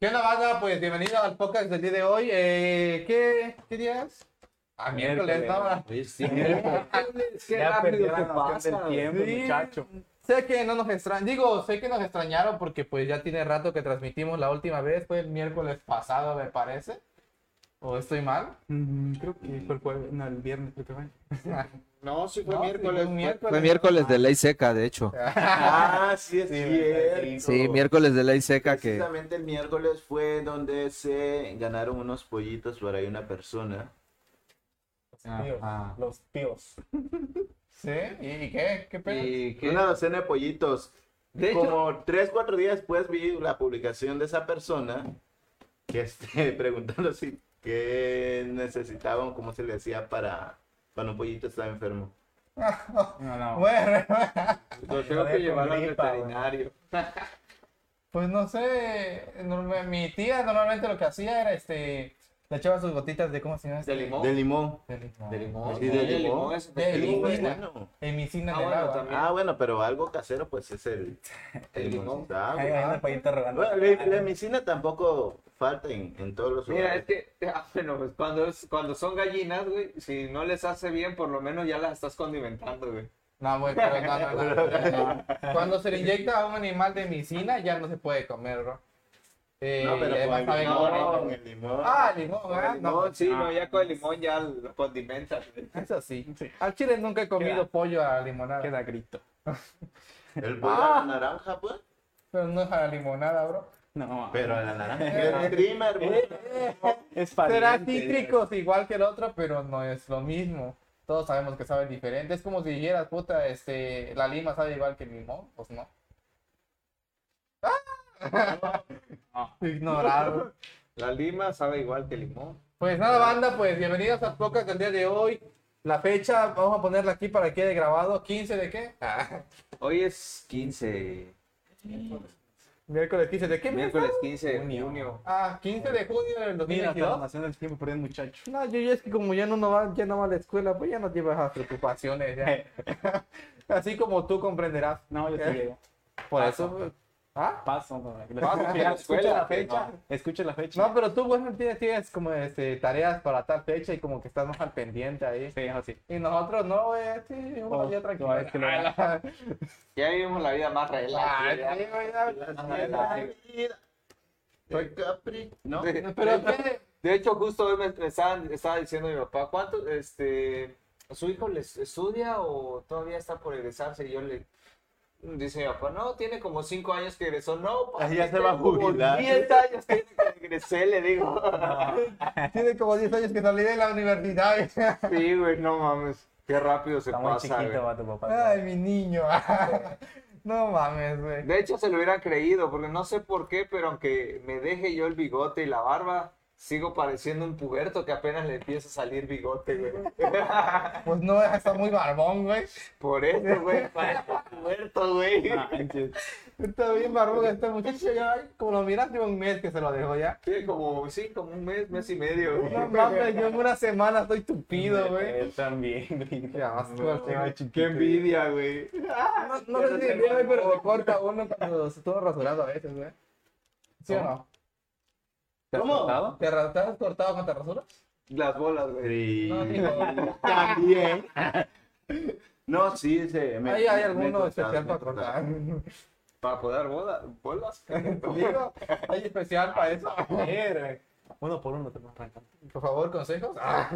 ¿Qué onda, banda? Pues bienvenido al podcast del día de hoy. Eh, ¿qué, ¿Qué día es? Ah, miércoles, ¿no? Oye, sí, qué rápido Eh, que pasa. del tiempo, Sí. muchacho. Sé que no nos extrañaron, digo, sé que nos extrañaron porque pues ya tiene rato que transmitimos la última vez, fue el miércoles pasado me parece, o estoy mal. Mm, Creo que fue el jueves, no, el viernes creo que fue. No, sí fue No, miércoles. sí, miércoles. Fue miércoles de ley seca, de hecho. Ah, sí es cierto. Sí, miércoles de ley seca que Precisamente el miércoles fue donde se ganaron unos pollitos para una persona. Ajá. Los tíos. Ah, ¿Sí? ¿Y qué? ¿Qué pedo? Y que- Una docena de pollitos. De hecho- Como tres, cuatro días después vi la publicación de esa persona que esté preguntando si qué necesitaban, cómo se le hacía para cuando un pollito estaba enfermo. No, no. Bueno, Lo tengo que llevar al veterinario. pues no sé, norma- mi tía normalmente lo que hacía era este, le echaba sus gotitas de, ¿cómo se llama? este? ¿De limón? De limón. De limón. ¿De limón? Sí, de Sí, el limón. es De El efectivo, limón es limón. bueno. Emicina Ah, del bueno, agua. también. Ah, bueno, pero algo casero pues es el, el El limón. limoncito. Ah, Ahí bueno. anda el pollito rogando. Bueno, la, la medicina tampoco falta en, en todos los Mira, lugares. este, es que, ah, bueno, pues cuando, es, cuando son gallinas, güey, si no les hace bien, por lo menos ya las estás condimentando, güey. No, güey, pero no, no, no, no, no. Cuando se le inyecta a un animal de medicina, ya no se puede comer, bro. Eh, no, pero además con sabe el, limón, como- con el limón. Ah, limón, Con ¿verdad? el No, limón, sí, ah. no, ya con el limón ya lo condimentas. güey. eso sí. Al chile nunca he comido Queda- pollo a limonada. Queda grito. El pollo ah. a la naranja, pues. Pero no es a la limonada, bro. No, Pero a la naranja. Eh, El trimmer, pues. es para. Será cítricos igual que el otro, pero no es lo mismo. Todos sabemos que saben diferente. Es como si dijeras, puta, este, la lima sabe igual que el limón. Pues no. ¡Ah! Ignorado. La lima sabe igual que el limón. Pues nada, banda, pues bienvenidos a Pocas del día de hoy. La fecha, vamos a ponerla aquí para que quede grabado. ¿15 de qué? Ah, Hoy es 15, miércoles 15 de qué? mes? miércoles 15 de junio. Junio. Ah, 15 de junio del Mira, la 2022. transformación del tiempo por el muchacho. No, yo ya es que como ya no, no va, ya no va a la escuela, pues ya no llevas esas preocupaciones. ya. Así como tú comprenderás. No, yo ¿Eh? te llego. Por Paso. pues, eso. ¿Ah? Paso. no, no, Paso, escucha- ya, Escucha la escucha, fecha. Escucha la fecha. No, pero tú, bueno, tienes, tienes como este, tareas para tal fecha y como que estás más al pendiente ahí. Sí, así. Y nosotros no, güey, sí, una Oh, vida no, Ah, es que lo- tranquila. Ah, Ya vivimos la vida más relajada. la- sí, güey, ya. Ah, El capri. No. Pero qué. De hecho, justo hoy me, me estaban- estaba diciendo mi papá, ¿cuánto, este, su hijo les estudia o todavía está por egresarse? Y yo le, dice mi papá, no, tiene como cinco años que egresó. No, papá, Ah, ya se va a tiene como jubilar. 10 años que egresé, le digo. Tiene como 10 años que salí de la universidad. Sí, güey, no mames, qué rápido se Está muy pasa, chiquito, güey. va tu papá. Ay, mi niño. No mames, güey. De hecho, se lo hubieran creído, porque no sé por qué, pero aunque me deje yo el bigote y la barba, sigo pareciendo un puberto que apenas le empieza a salir bigote, güey. Pues no, está muy barbón, güey. Por eso, güey, parezco puberto, güey. Ah. Está bien barbón este muchacho. Ya, ay, como lo miras, lleva un mes que se lo dejo ya. Sí, como, sí, como un mes, mes y medio. güey. No mames, yo en una semana estoy tupido, güey. Yo Eh, también. Qué asco, este güey. Qué envidia. güey. No, no sé si bien, pero se corta uno cuando se todo rasurado a veces, güey. ¿Sí o no? ¿Te has ¿Cómo? cortado? ¿Te, ra- te has cortado con te rasuras? Las bolas, güey. Sí. No, digo, También. No, sí, se me. ¿hay, hay me- me alguno he cortado, especial me he para cortar. cortado. Para poder boda- bolas. Digo, ¿hay especial para eso? Uno por uno te lo arrancan. Por favor, consejos. Ah.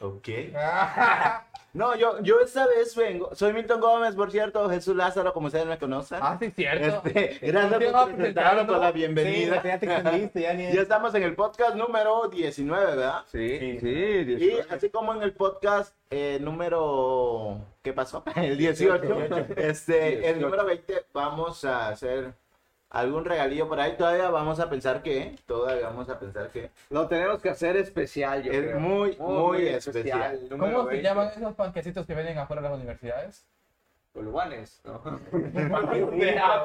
Ok. Ah, No, yo, yo esta vez vengo. Soy Milton Gómez, por cierto, Jesús Lázaro, como ustedes me conocen. Ah, sí, cierto. Este, ¿Quién te gracias va a presentar, por presentarnos, por la Sí, bienvenida. ya te extendiste, ya ni Ya estamos en el podcast número 19, ¿verdad? Sí, Sí. sí, Y así como en el podcast eh, número... ¿Qué pasó? El 18. Este, el 18. número 20 vamos a hacer algún regalillo por ahí. Todavía vamos a pensar que... Todavía vamos a pensar que... Lo tenemos que hacer especial, yo Es creo. muy, muy especial. número ¿Cómo se 20. llaman esos panquecitos que venden afuera de las universidades? Los luganes, ¿no? Ah, No,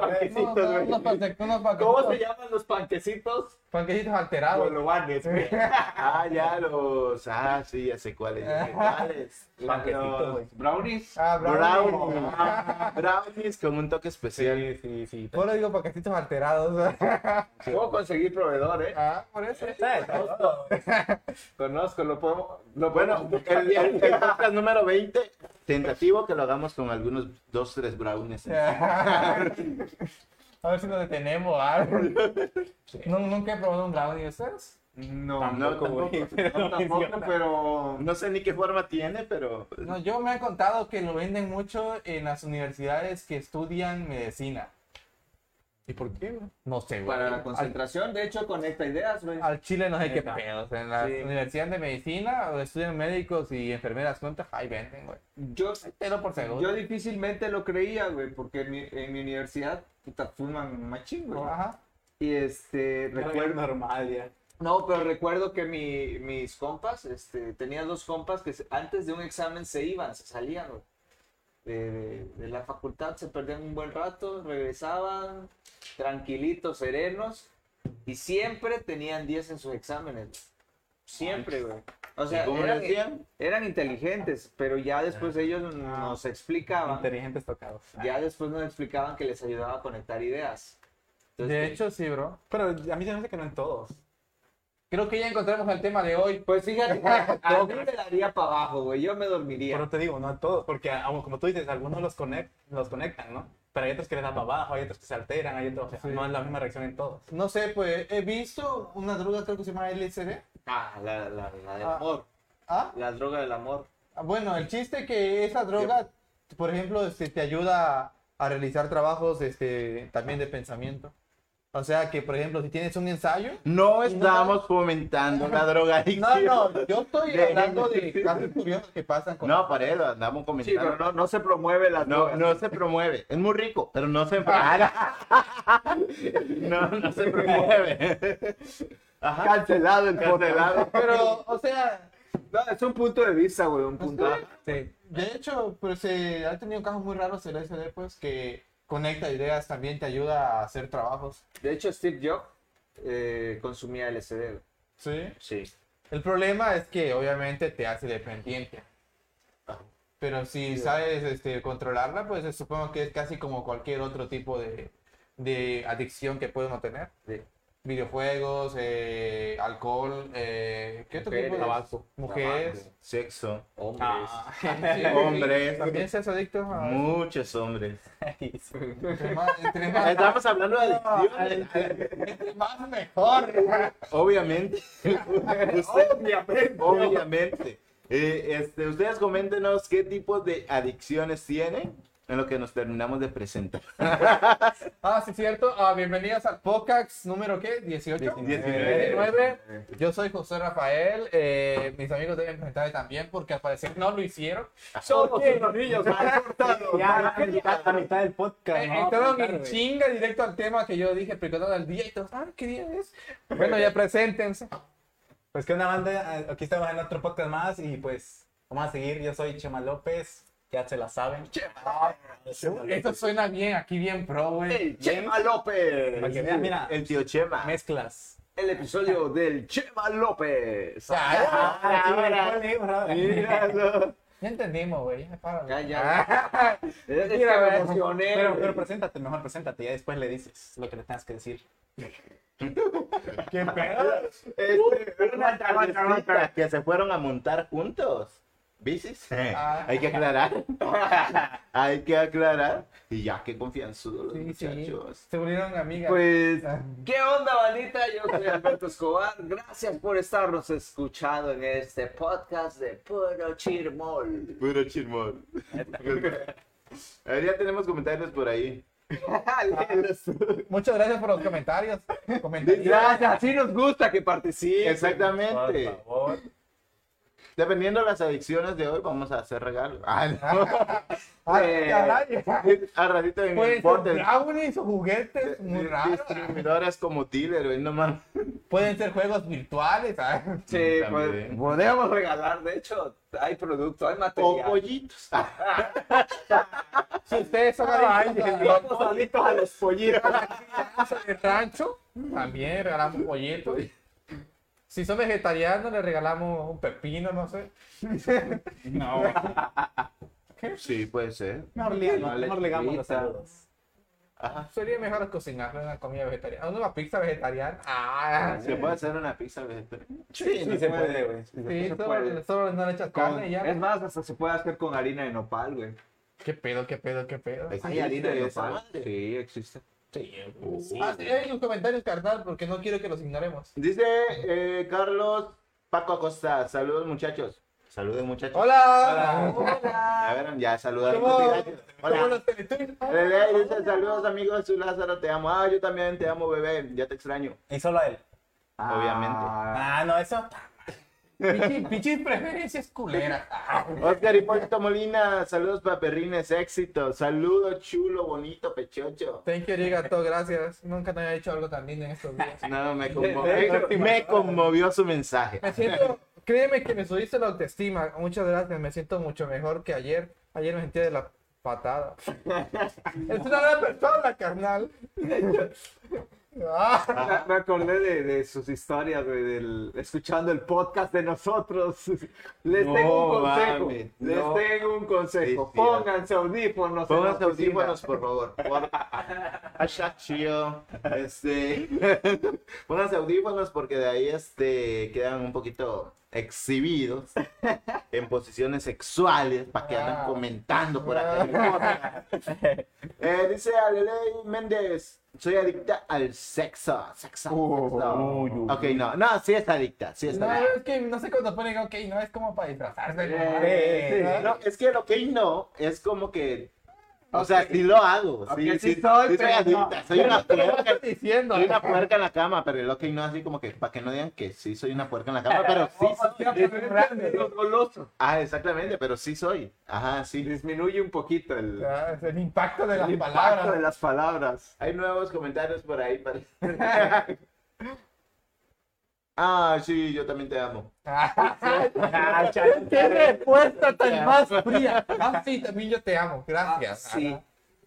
no, panquecitos, güey. unos panque- unos ¿Cómo se panquecitos- llaman los panquecitos? panquecitos alterados. Bolovanes, güey. Ah, ya los. Ah, sí, ya sé cuáles. ya sé ¿Cuáles? Panquecitos, Los güey. Brownies. Ah, brownies. Brownies. Ah, Brownies con un toque especial. sí, sí. Solo digo paquetitos alterados. Puedo conseguir proveedor, ¿eh? ah, por eso. Conozco, lo podemos. Lo Bueno, podemos- el, el- el podcast número 20, tentativo que lo hagamos con algunos dos, tres brownies. A ver si nos detenemos. ah. No, nunca he probado un brownie de ustedes. No, No, tampoco. no, tampoco, pero. No sé ni qué forma tiene, pero. No, yo me han contado que lo venden mucho en las universidades que estudian medicina. ¿Y por qué? güey? No sé, güey. Para la Al, concentración, de hecho, conecta ideas, güey. al Chile no sé qué Neta. pedo. o sea, en la Sí. universidad de medicina, o estudian médicos y enfermeras juntas, ahí venden, güey. Yo, Pero por seguro. yo difícilmente lo creía, güey, porque en mi, en mi universidad puta, fuman machín, güey. Ajá. Y este, Algo recuerdo. normal ya. No, pero recuerdo que mi, mis compas, este, tenía dos compas que se- antes de un examen se iban, se salían, güey. De, de- de la facultad se perdían un buen rato, regresaban tranquilitos, serenos, y siempre tenían 10 en sus exámenes. güey. Siempre, güey. O sea, ¿Y cómo eran, le Ah. decían? eran inteligentes, pero ya después ellos nos explicaban, Inteligentes tocados. ya después nos explicaban que les ayudaba a conectar ideas. Entonces, De hecho, sí, bro. Ah, Pero a mí se me hace que no en todos. Creo que ya encontramos el tema de hoy. Pues fíjate, a mí me daría para abajo, güey. Yo me dormiría. Pero te digo, no a todos, porque a- como tú dices, algunos los, conect- los conectan, ¿no? Pero hay otros que les da para abajo, hay otros que se alteran, hay otros, o sea, Sí. no es la misma reacción en todos. No sé, pues he visto una droga, creo que se llama LSD. Ah, la, la, la del Ah. amor. Ah, La droga del amor. Bueno, el chiste que esa droga, por ejemplo, este, te ayuda a realizar trabajos este, también de pensamiento. O sea que, por ejemplo, si tienes un ensayo... No estamos fomentando la No, drogadicción. no, yo estoy De- hablando de casos curiosos que pasan con... No, para eso andamos Sí, pero comentando. no, no se promueve la No, droga. no se promueve. Es muy rico, pero Ah. no se para. No, no se promueve. Ajá. Cancelado el Cancelado. Pero, o sea, No, es un punto de vista, güey. Un punto de sí, de hecho, pues se ha tenido casos muy raros el SD, pues, que conecta ideas, también te ayuda a hacer trabajos. De hecho, Steve Jobs eh, consumía LSD. güey. Sí. Sí. El problema es que obviamente te hace dependiente. Pero si sabes este, controlarla, pues eh, supongo que es casi como cualquier otro tipo de, de adicción que puede uno tener. Sí. Videojuegos, eh, alcohol, eh, ¿qué otro tipo de Mujeres. tabaco? Mujeres. Sexo. Hombres. Ah. Sí, Hombres. También seas adicto a... Muchos hombres. Entre más, entre más- Estamos hablando de adicciones. entre más mejor. Obviamente. Obviamente. Obviamente. Eh, este, ustedes coméntenos qué tipos de adicciones tienen en lo que nos terminamos de presentar. Ah, sí, cierto. Ah, bienvenidos al podcast número ¿qué? 18. 19. 19. Yo soy José Rafael. eh, mis amigos deben presentarme también porque al parecer no lo hicieron. Somos unos niños mal cortados. Ya, a mitad, a mitad del podcast, Eh, ¿no? entraron Claro, en güey. chinga directo al tema que yo dije, preguntando al día y todos, ah, ¿qué día es? Bueno, ya preséntense. Pues que una banda, eh, aquí estamos en otro podcast más y pues vamos a seguir. Yo soy Chema López, ya se la saben. Esto suena bien, aquí bien pro, güey. El Chema López. Para que vean, mira, El tío Chema. mezclas. El episodio del Chema López. Ya, Ah, sí, ¿cuál es? Míralo. ya entendimos, güey. ya para, Ah, güey. Ya, ya. Este Es que Mira, me güey. emocioné. Pero, güey. pero preséntate, mejor preséntate, ya después le dices lo que le tengas que decir. ¿Qué pedo? Este, una Aguanta, aguanta, aguanta. tardecita que se fueron a montar juntos. ¿Bicis? Ah. Hay que aclarar. Hay que aclarar. Y ya, qué confianzudos los Sí, sí. muchachos. Se volvieron amigas. Pues, Ah. ¿qué onda, bandita? Yo soy Alberto Escobar. Gracias por estarnos escuchando en este podcast de Puro Chirmol. Puro chismón. A ver, ya tenemos comentarios por ahí. Muchas gracias por los comentarios. Comentarios. Gracias, así nos gusta que participen. Exactamente. Por favor. Dependiendo de las adicciones de hoy, vamos a hacer regalos. Ah, Ah, Eh, caray. no. A ratito en Pueden ser importa. brownies o juguetes Pues, muy raros. Distribuidoras como Tiller, güey, no mames. Pueden ser juegos virtuales. ah. Sí, pues, También. podemos regalar. De hecho, hay producto, hay O material. pollitos. si ustedes son adictos a- Los adictos a los pollitos. de rancho, también regalamos pollitos. Si son vegetarianos, les regalamos un pepino, no sé. No, Sí, puede ser. mejor ligamos, Una mejor ligamos los lechuguita. saludos. Ajá. Sería mejor cocinar una comida vegetariana. Una pizza vegetariana. Ah, ¿Se puede hacer una pizza vegetariana? Sí, Sí se puede, güey. sí, se solo, puede. solo no le echas carne y Es ya. más, hasta se puede hacer con harina de nopal, güey. ¿Qué pedo, qué pedo, qué pedo? Hay harina de esa madre. Sí, existe. Ah, sí, en los comentarios, carnal, porque no quiero que los ignoremos. Dice eh, Carlos Paco Acosta. Saludos, muchachos. Saludos, muchachos. ¡Hola! A ver, ya saludaron. ¿Cómo, cómo Hola. los Teletubbies? Bebé dice, saludos amigos, soy Lázaro, te amo. Ah, yo también te amo, bebé, ya te extraño. Y solo a él. Obviamente. Ah, no, eso. Pichis- Pichis preferencias culeras. Ah, Oscar Hipólito Molina, saludos paperrines, éxito. Saludos, chulo, bonito, pechocho. Thank you, Arigato, gracias. Nunca te había hecho algo tan lindo en estos días. No, me conmovió, Sí, sí, me conmovió su mensaje. Me siento, créeme que me subiste la autoestima. Muchas gracias, me siento mucho mejor que ayer. Ayer me sentí de la patada. es una buena persona, carnal. Ah, Me- Me acordé de, de sus historias, güey, del, escuchando el podcast de nosotros. Les No, tengo un consejo. mames, les no. tengo un consejo. Sí, sí, Pónganse audífonos. en Pónganse la oficina. audífonos, por favor. Por- Hashtag chido. Este, pónganse audífonos porque de ahí este, quedan un poquito exhibidos en posiciones sexuales para que andan Ah. comentando por acá. Eh, dice Aleley Méndez, soy adicta al sexo. Sexo. sexo. ok, no, no, sí es adicta, sí es no, adicta. es que no sé cuándo ponen ok, no es como para disfrazarse. ¿no? Eh, Ah, No, es que lo que no es como que. O sea, sí lo hago. Sí, Ok, sí sí, soy, sí pero adicta. Soy una ¿Qué puerca. estás diciendo? Soy una puerca en la cama, pero el ok no así como que para que no digan que sí soy una puerca en la cama, pero sí soy. Disminuye los golosos. Ah, exactamente, pero sí soy. Ajá, sí. Disminuye un poquito el, Ah, es el impacto de las el impacto palabras. de las palabras. Hay nuevos comentarios por ahí. parece. ah, sí, yo también te amo. Ah, ¡Qué respuesta tan más fría! Ah, sí, también yo te amo. Gracias. Ah, Sí.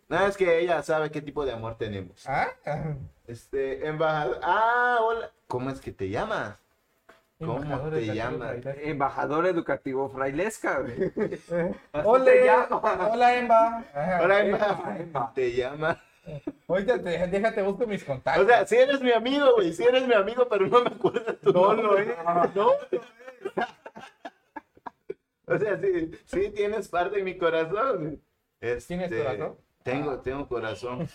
Nada, es que ella sabe qué tipo de amor tenemos. Ah, ah. Este, embajador. Ah, hola. ¿Cómo es que te llamas? ¿Cómo Embajador te educativo llamas? frailesco. Embajador educativo frailesca. güey. Así te Ole, llama. hola Emma. Ajá. Hola, Emma, Emma. Emma. Te llama. Ahorita te, déjate, busco mis contactos. O sea, si eres mi amigo, güey, si eres mi amigo, pero no me acuerdo tu No nombre. lo es, no lo es. O sea, sí, sí tienes parte de mi corazón. Este, ¿Tienes corazón? Tengo, tengo corazón.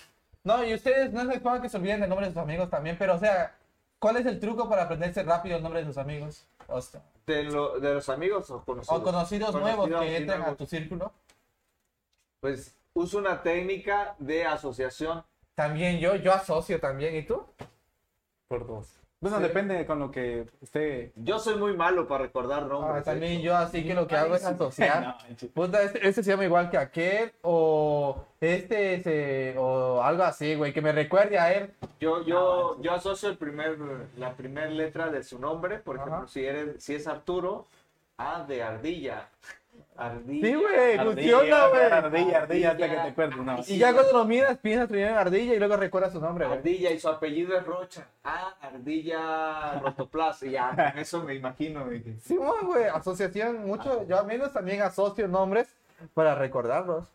no, y ustedes no se expongan que se olviden el nombre de sus amigos también, pero o sea, ¿cuál es el truco para aprenderse rápido el nombre de sus amigos? O, sea, De, lo- de los amigos o conocidos. o conocidos nuevos Conocidos, que sí, entran a nuevos. tu círculo. Pues uso una técnica de asociación. También yo, yo asocio también, ¿y tú? Por dos. Bueno, depende con lo que usted. Yo soy muy malo para recordar Ah, nombres. ¿eh? también yo, así que lo que hago es asociar. No, manches. Puta, este, este se llama igual que aquel, o este, se- o algo así, güey, que me recuerde a él. Yo, Ah, yo, yo asocio el primer, la primera letra de su nombre, por ejemplo, Ajá. si, eres, si es Arturo, A de ardilla. Ardilla. Sí, güey, funciona, Ardilla, güey. Ardilla, ardilla, hasta que te acuerdes, no. Y ya cuando lo miras, piensas primero en Ardilla y luego recuerdas su nombre, güey. Ardilla y su apellido es Rocha. Ah, Ardilla Rotoplas. Y ya, con eso me imagino. güey. Simón, güey, asociación, mucho, yo al menos también asocio nombres para recordarlos.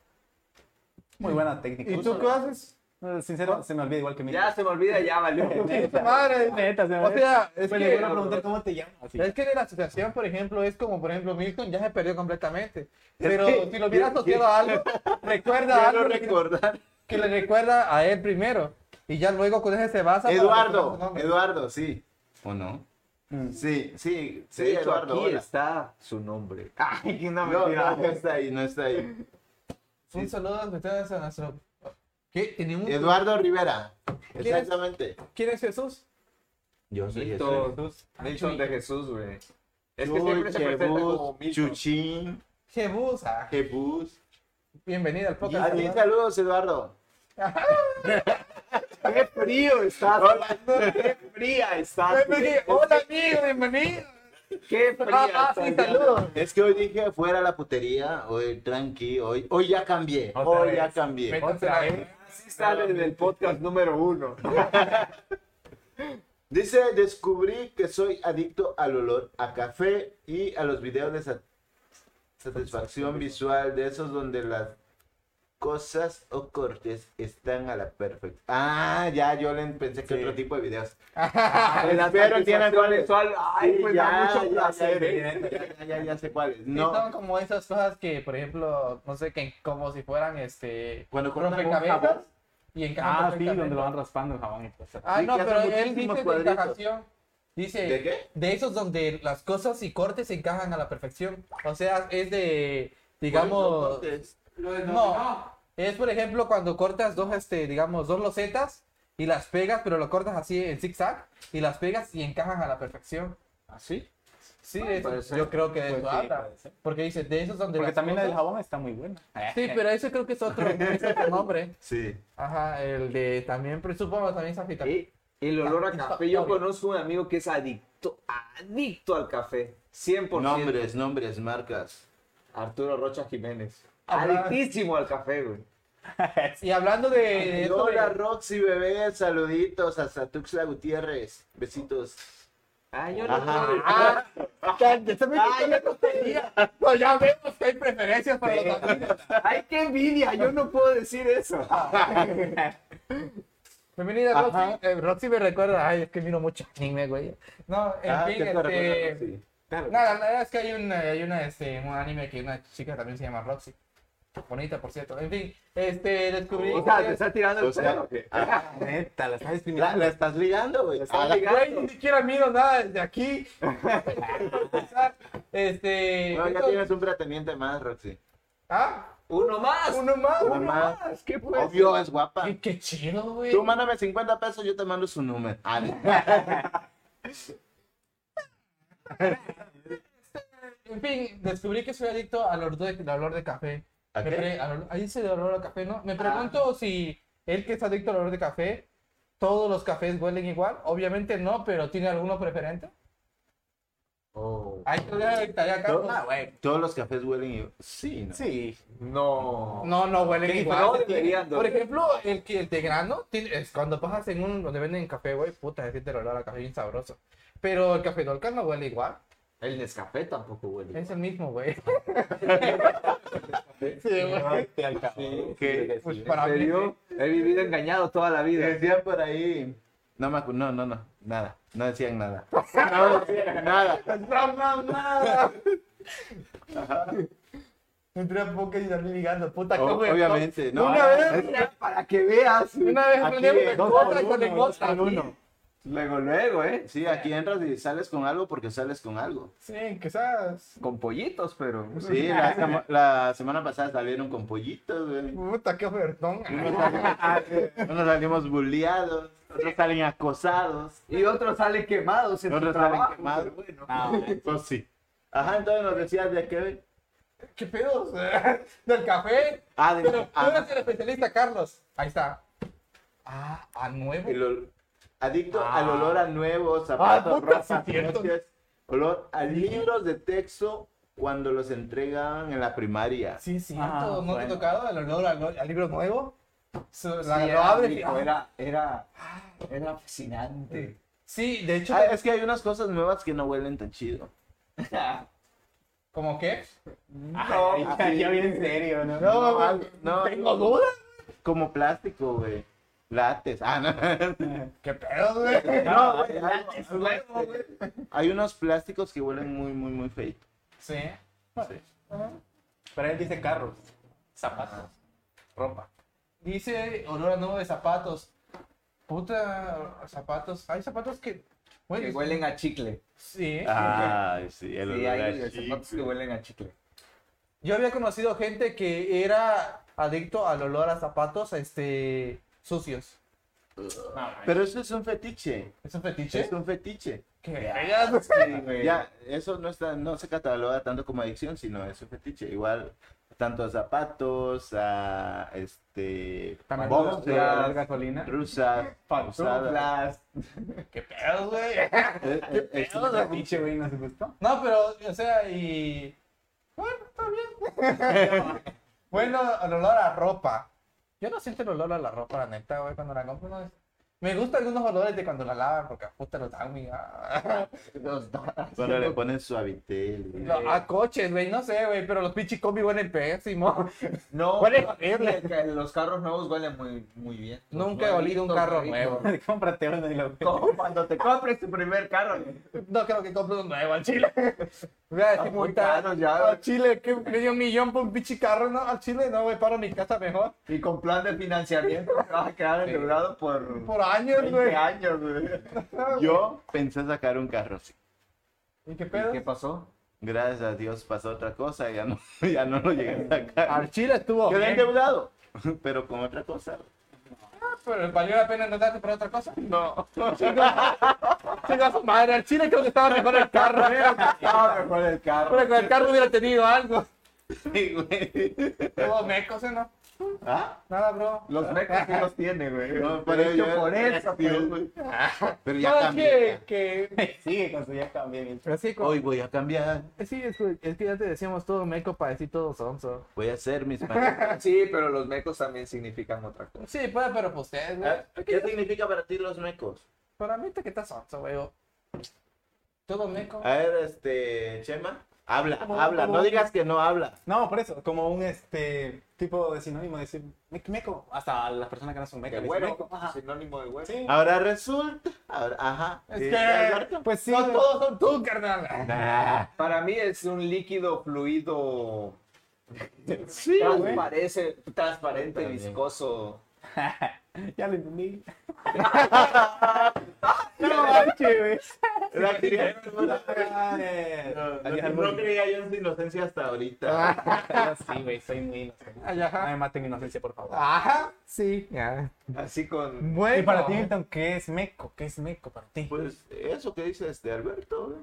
Muy buena técnica. ¿Y tú qué haces? No, Sincero, se me olvida igual que mí. Ya se me olvida, ya valió. Tu madre, Neta, se me eh. O sea, es Bueno, le que, ¿Eh? voy a preguntar cómo te llamas. Sí. es que de la asociación, por ejemplo, es como, por ejemplo, Milton ya se perdió completamente. Pero que- si lo hubieras es que- asociado a algo, recuerda Quiero algo que- recordar. que le recuerda a él primero. Y ya luego con ese se basa. para recordar su Eduardo, nombre. Eduardo, sí. ¿O no? Mm. Sí, sí, sí, De hecho, Eduardo. aquí hola. está su nombre. Ay, no, No, mentira. no, no está ahí, no está ahí. Un saludo a ustedes a nuestro. ¿Qué? ¿Tenemos? Eduardo Rivera. es? Exactamente. ¿Quién es Jesús? Yo Milton, Chuy. Milton de Jesús, güey. Es que Chuy, siempre se presenta Chebus, como Milton. Chuchín, Jebus. ah, Jebus. Bienvenido al A podcast. ti ¿no? saludos, Eduardo. ¡Qué frío estás! ¡Qué fría estás! Ay, me dije, Hola, amigo, bienvenido. ¡Qué fría! Ah, sí, saludos. Es que hoy dije fuera la putería, hoy tranqui, hoy, hoy ya cambié, Otra hoy vez. ya cambié. Otra vez. Así sale en el podcast número uno. Dice, descubrí que soy adicto al olor a café y a los videos de sa- satisfacción visual, de esos donde las cosas o cortes están a la perfección. Ah, ya, yo le pensé que Sí. otro tipo de videos. Pero Espero tiene entiendan cuáles son. sexual. Ay, me da mucho placer, ¿eh? ya, ya, ya, ya sé cuáles. No. No, son como esas cosas que, por ejemplo, no sé, que como si fueran este Cuando cortan un rompecabezas jabón. y encajan Ah, sí, donde perfectamente. lo van raspando el jabón y pues. Ah, Sí, no, que hacen pero él muchísimos dice de cuadritos. encajación. Dice ¿De qué? de esos donde las cosas y cortes se encajan a la perfección. O sea, es de digamos ¿cuáles no. Es por ejemplo cuando cortas dos este digamos dos losetas y las pegas, pero lo cortas así en zigzag y las pegas y encajan a la perfección. ¿Así? Sí, Ah, eso- puede ser. yo creo que de Pues eso sí, habla. puede ser. Porque dice, de esos donde Porque las también la del cosas- jabón está muy buena. Sí, pero eso creo que es otro, es otro nombre. Sí. Ajá, el de también, pero supongo que también Zafita. Y el olor a Está- café. está Yo bien. conozco un amigo que es adicto, adicto al café. 100%. Nombres, nombres, marcas. Arturo Rocha Jiménez. Ajá. Adictísimo al café, güey. Y hablando de, de esto de- Hola Roxy bebé, saluditos hasta Tuxla Gutiérrez. Besitos. Ay, yo no Ajá. soy- Ah, ya, ya se me quitó la tontería. No, ya vemos que hay preferencias para los amigos. Ah, Ay, qué envidia. Yo no puedo decir eso. Ah. Bienvenida, Roxy. Eh, Roxy me recuerda, ay, es que miro mucho anime, güey. No, en Ah, fin, ¿qué te recuerda, este... Roxy? Nada, la verdad es que hay un, hay una, este, un anime que una chica también se llama Roxy. Bonita, por cierto. En fin, este, descubrí... O sea, te está tirando el O sea, pelo, ¿qué? ah, Neta, la está la, discriminando. la estás ligando, güey. La estás Ah, la- ligando. Güey, ni siquiera miro nada desde aquí. este. Bueno, ya esto- tienes un pretendiente más, Roxy. ¿Ah? Uno más. Uno más. Uno uno más. pues, más. ¿Qué puede ser? Obvio, es guapa. Qué, qué chido, güey. Tú mándame 50 pesos, yo te mando su número. Ah, no. En fin, descubrí que soy adicto al olor de, al olor de café. ¿A Me qué? pre- al olor- ahí dice de olor a café, ¿no? Me pregunto si él que es adicto al olor de café, todos los cafés huelen igual. Obviamente no, pero ¿tiene alguno preferente? Ahí te voy a dictar acá. pues. Ah, güey. Todos los cafés huelen igual. Sí, ¿no? Sí. No. No, no huelen ¿Qué igual. no deberían Por doler? ejemplo, el, que- el de grano, tiene- es cuando pasas en un donde venden café, güey, puta, se siente el olor a café bien sabroso. Pero el café dolca no huele igual. El Nescafé tampoco huele. Es el mismo, güey. sí, güey. Llévate al jabón. Sí, que- Pues para ¿En mí. serio? He vivido engañado toda la vida. Decían por ahí. No, me acu- no, no, no. Nada. No decían nada. No decían nada. ¡Otra mamada! Entré a poca y salí ligando, puta, O- ¿cómo me- obviamente, no. Una vez, Para que veas. una vez Aquí, prendí una dos cosa por con el uno, dos gota, por sí. uno. Luego, luego, ¿eh? Sí, aquí entras y sales con algo porque sales con algo. Sí, quizás. Con pollitos, pero. Sí, la, sema- la semana pasada salieron con pollitos, güey. Puta, qué ofertón. Unos salimos bulleados, otros salen acosados. Y otros salen quemados. En su Otros salen trabajo, quemados. pero Bueno. No, güey. Pues sí. Ajá, entonces nos decías de qué. ¿Qué pedos? Del café. Ah, de Pero tú ah, eres el especialista, Carlos. Ahí está. Ah, a nuevo. el ol- adicto Ah. al olor a nuevos zapatos, Ah, puta, ropa, sí, cierto. coches, olor a libros de texto cuando los entregaban en la primaria. Sí, sí. Ah, ¿No te ha bueno. tocado el olor al, al libro nuevo? Su- la, Sí, lo ah, era abres y- rico, era, era, era fascinante. Sí, de hecho, Ah, es que hay unas cosas nuevas que no huelen tan chido. ¿como qué? Ay, ya- ya bien serio, ¿no? No, no, Tengo dudas. como plástico, güey. Lates. Ah, no. ¿Qué pedo, güey? No, güey, algo- algo- Hay unos plásticos que huelen muy, muy, muy feitos. Sí. Pero él dice carros, zapatos, ropa. Dice olor a nuevo de zapatos. Puta, zapatos. Hay zapatos que. Que huelen a chicle. Sí. Ah. Ay, sí, el Sí, olor a hay zapatos chicle. que huelen a chicle. Yo había conocido gente que era adicto al olor a zapatos este, sucios. Pero eso es un fetiche. ¿Es un fetiche? Es un fetiche. ¿Qué? Sí, güey. Ya, eso no está, no se cataloga tanto como adicción, sino es un fetiche. Igual tanto a zapatos, a este. También boxers, la, la gasolina. rusas, Pantuflas. usadas. ¿Qué pedo, güey? Eh, eh, eh, Ese pinche güey no se gustó. No, pero, o sea, y. Bueno, está bien. bueno, el olor a ropa. Yo no siento el olor a la ropa, la neta, güey, cuando la compro. No es- Me gustan algunos olores de cuando la lavan, porque puta los dan, güey. a- Cuando le ponen suavitel. güey. No, a coches, güey, no sé, güey, pero los pinches combi huelen pésimo. No, Huele no, horrible. sí, el- los carros nuevos huelen muy, muy bien. Los Nunca he olido un nuevitos, carro nuevitos. nuevo. Cómprate uno y lo Como cuando te compres tu primer carro. No creo que compre un nuevo al chile. Voy a decir, Está muy puta, caro ya. Al chile, que le dio un millón por un pinche carro, ¿no? Al chile, no, güey, paro mi casa mejor. Y con plan de financiamiento ah, te vas a quedar endeudado por, Por años, 20 güey. años, güey. Yo pensé sacar un carro, sí. ¿Y qué ¿Y pedo? qué pasó? Gracias a Dios pasó otra cosa, ya no, ya no lo llegué a Al Ah, sacar. chile estuvo Quedé bien, endeudado, pero con otra cosa. pero ¿valió la pena endeudarte por otra cosa? No. Chinga su madre, al chile creo que estaba mejor el carro. Ah, mejor el carro. Pero con el carro hubiera tenido algo. Sí, güey. Todo mecos, ¿eh? ¿no? ¿Ah? Nada, bro. Los mecos sí los tiene, güey. No, pero pero yo- por eso, Dios, pero- Ah. güey. Pero ya Nada cambié. que, que... Sigue con su ya cambié. Pero sí, como- Hoy voy a cambiar. Sí, es, que- es que ya te decíamos todo meco para decir todo sonso. Voy a hacer mis maletas. Sí, pero los mecos también significan otra cosa. Sí, puede, pero pues ustedes, güey. Ah, ¿Qué significa para ti los mecos? Para mí te quita sonso, güey. o- Todo meco. A ver, este, Chema, habla, Como- habla, como- no digas que no habla. No, por eso, como un este tipo de sinónimo de decir "Mec- meco, hasta las personas que no son meco, De le dicen güero, meco. Ajá. sinónimo de güero. Sí. Ahora resulta, ahora, ajá. Es Sí, que- Alberto. Pues sí, no todos son tú, carnal. Nah. Para mí es un líquido fluido sí, güey. transparece- transparente, También. viscoso. ya lo entendí. No manches, güey. La quería- No, no, no Ay, creía yo en tu inocencia hasta Ah, ahorita. Sí, güey, soy muy inocente. Ay, No Ajá. me maten mi inocencia, por favor. Ajá. Sí. ya. Así con. Bueno. Y para ti, Milton, ¿qué es meco? ¿Qué es meco para ti? Pues eso que dices de Alberto, güey.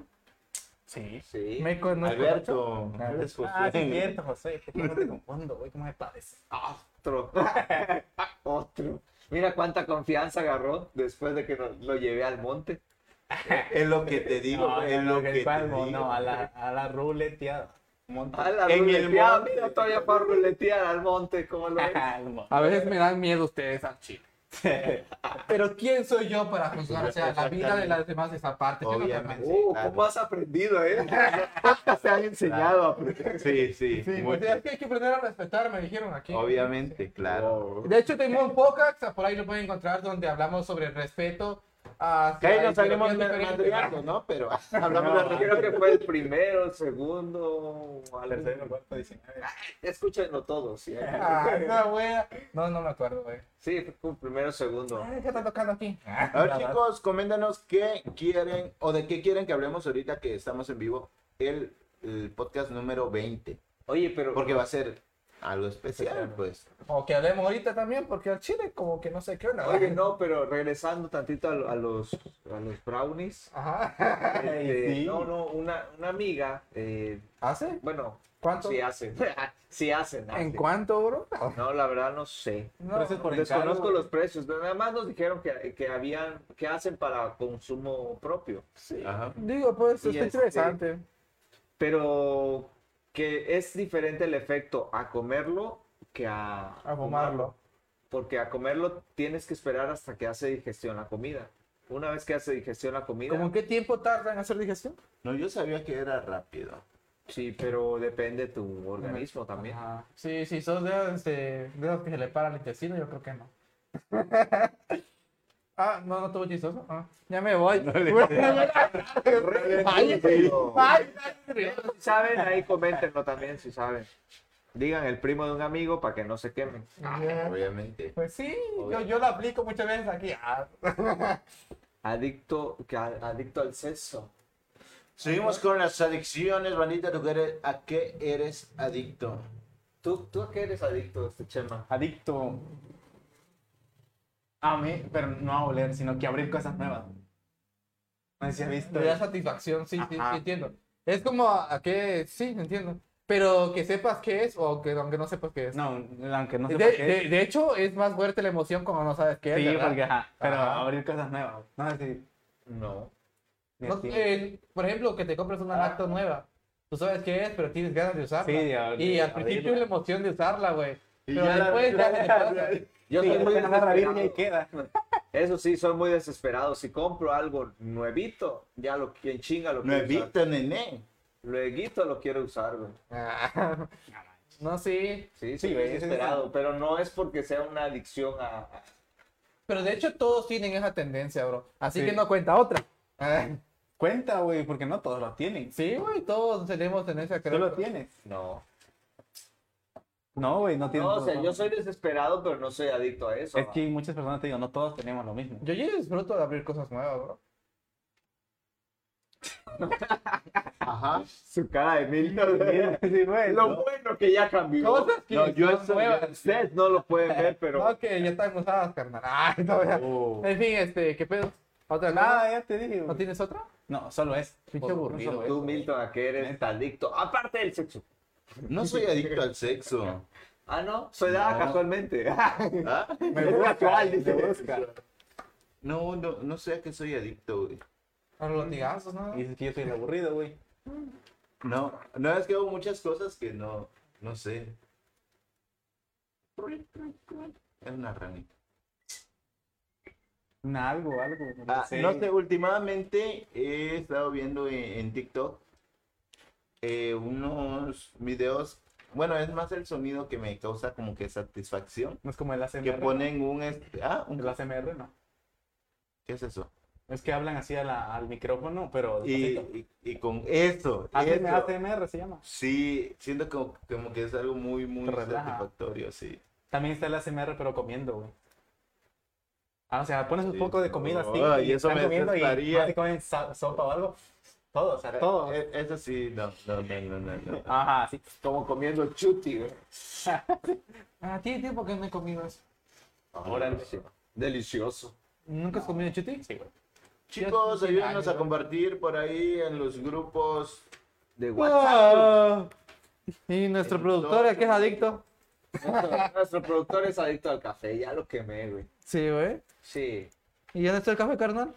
Sí. Sí. Meco no es Alberto, Ah, eres José. Ah, sí, es cierto, José. ¿Por qué no te confundo, güey? ¿Cómo me parece? Otro. Otro. Mira cuánta confianza agarró después de que no- lo llevé al monte. Es lo que te digo, no, es no, lo que que te palmo, digo. no, a la, a la ruleteada. Monte. A la En el ruleteada, monte. Mira, todavía para ruletear al monte, ¿cómo lo ves? Al monte. A veces me dan miedo ustedes al chile. Pero ¿quién soy yo para juzgar? O sea, la vida de las demás es aparte. Yo no soy Obviamente. Messi. Uh, claro. ¿Cómo has aprendido, eh? Podcast te han enseñado a aprender. Sí, sí, Sí, mucho. pues, es que hay que aprender a respetar, me dijeron aquí. obviamente, claro. De hecho, tenemos un podcast, por ahí lo pueden encontrar, donde hablamos sobre el respeto. Que hacia ahí nos salimos ideologías diferentes. madreando, ¿no? Pero hablamos de Creo que fue el primero, el segundo, Al al tercero, cuarto, diecinueve. Escúchenlo todos. ¿sí? Ah, esa wea. No, no me acuerdo, güey. Ah, Sí, fue como primero, segundo. Ay, ¿Qué está tocando aquí? A ver, chicos, coméntanos qué quieren o de qué quieren que hablemos ahorita que estamos en vivo. El, el podcast número 20. Oye, pero. Porque va a ser algo especial, pues. O que hablemos ahorita también, porque al chile como que no sé qué onda. Oye, no, pero regresando tantito a, lo- a los, a los brownies. Ajá. este, sí. No, no, una, una amiga. eh, ¿Hace? bueno, ¿Ah, ¿Cuánto? sí hacen. sí hacen. ¿En hacen. cuánto, bro? No, la verdad no sé. No. Pero eso es por encargo. Desconozco güey. los precios, pero nada más nos dijeron que, que habían, que hacen para consumo propio. Ajá. Digo, pues, Y está este- interesante. pero que es diferente el efecto a comerlo que a, A fumarlo. Porque a comerlo tienes que esperar hasta que hace digestión la comida. Una vez que hace digestión la comida, ¿Cómo qué tiempo tarda en hacer digestión? No, yo sabía que era rápido. sí, pero depende tu organismo también. Ajá. Sí, sí, son dedos, de dedos que se le para el intestino, yo creo que no. ah, no, no estuvo chistoso. Ah, ya me voy. Ay, Pero- ay, ay, Si saben, ahí coméntenlo también, si saben. Digan el primo de un amigo para que no se quemen. Ya. Obviamente. Pues sí, yo, yo lo aplico muchas veces aquí. Ah, Adicto, que a- adicto al sexo. Seguimos con las adicciones, bandita. ¿Tú qué eres- ¿A qué eres adicto? ¿Tú, ¿Tú a qué eres adicto, este Chema? Adicto. A mí, pero no a oler, sino que abrir cosas nuevas. No sé si has visto. te da satisfacción, sí, sí, sí, Ajá. entiendo. Es como a, a qué, sí, entiendo. Pero que sepas qué es o que aunque no sepas qué es. No, aunque no de, sé de- de hecho, es más fuerte la emoción cuando no sabes qué es. Sí, ¿verdad? porque ajá. Pero Ajá. abrir cosas nuevas. No, sí. No. ni No, así. eh, por ejemplo, que te compras una lacto nueva. Tú sabes qué es, pero tienes ganas de usarla. Ah. Sí, de abrir- y al abrirla. principio es la emoción de usarla, güey. Y Pero ya la- después ya se te pasa. Yo Sí, soy muy dejas la varilla desesperado. y queda. Eso sí, soy muy desesperado. Si compro algo nuevito, ya lo quien chinga lo No quiero usar. evita, nené. Lueguito lo quiero usar, güey. Ah, no, sí. Sí, Sí, soy güey, desesperado, pero no es porque sea una adicción a... a- Pero de hecho todos tienen esa tendencia, bro. Así que no cuenta otra. Ah, Cuenta, güey, porque no todos lo tienen. Sí, güey, todos tenemos tendencia a Tú creer. lo tienes. No. No, güey, no tienes. No, o todos, sea, yo soy desesperado, pero no soy adicto a eso. Es va. que muchas personas te digo, no todos tenemos lo mismo. Yo ya disfruto de abrir cosas nuevas, bro. Ajá. Su cara de Milton. Sí, güey. Lo bueno que ya cambió. Cosas que no, yo son eso- nuevas. yo- ustedes no lo pueden ver, pero No, que ya están usadas, carnal. Ay, no, ya. Oh. En fin, este, ¿qué pedo? ¿Otra cosa? Nada, ya te dije. ¿No güey. tienes otra? No, solo es. Pinche aburrido, solo güey. es. tú, Milton, a que eres adicto. Aparte del sexo. No soy adicto al sexo. Ah, no, soy dada No. casualmente. ¿Ah? Me busca, me busca. No, no, no sé a qué soy adicto, güey. A los latigazos, ¿no? Y dices que yo soy el aburrido, güey. No, no, es que hago muchas cosas que no, no sé. Es una ranita. Nah, Algo, algo. No Ah, sé. No sé, últimamente he estado viendo en, en TikTok eh, unos videos. Bueno, es más el sonido que me causa como que satisfacción. No es como el ACMR. Que ponen un... este- Ah, un- El ACMR, no. ¿Qué es eso? Es que hablan así a la- al micrófono, pero. Y, despacito. y- y con eso, ACM- eso, ACMR se llama. sí, siento como, como que es algo muy, muy Te relaja. satisfactorio, sí. También está el ACMR, pero comiendo, güey. Ah, o sea, pones un Sí. poco de comida así. Ay, y eso están me comiendo y asustaría. más te comen sa- sopa o algo. Todo, o sea, todo. Eh, Eso sí, no, no, no, no, no, no. Ajá, sí. Ah, Como comiendo chuti, güey. Ah, tiene tiempo que no he comido eso. Ahora Delicioso. ¿Nunca has comido chuti? Sí, güey. Chicos, Ya tiene ayúdenos a años, compartir por ahí en los grupos. De WhatsApp. Ah, Y nuestro productor, ¿a qué es adicto? Nuestro, nuestro productor es adicto al café, ya lo quemé, güey. Sí, güey. Sí. ¿Y dónde está el café, carnal?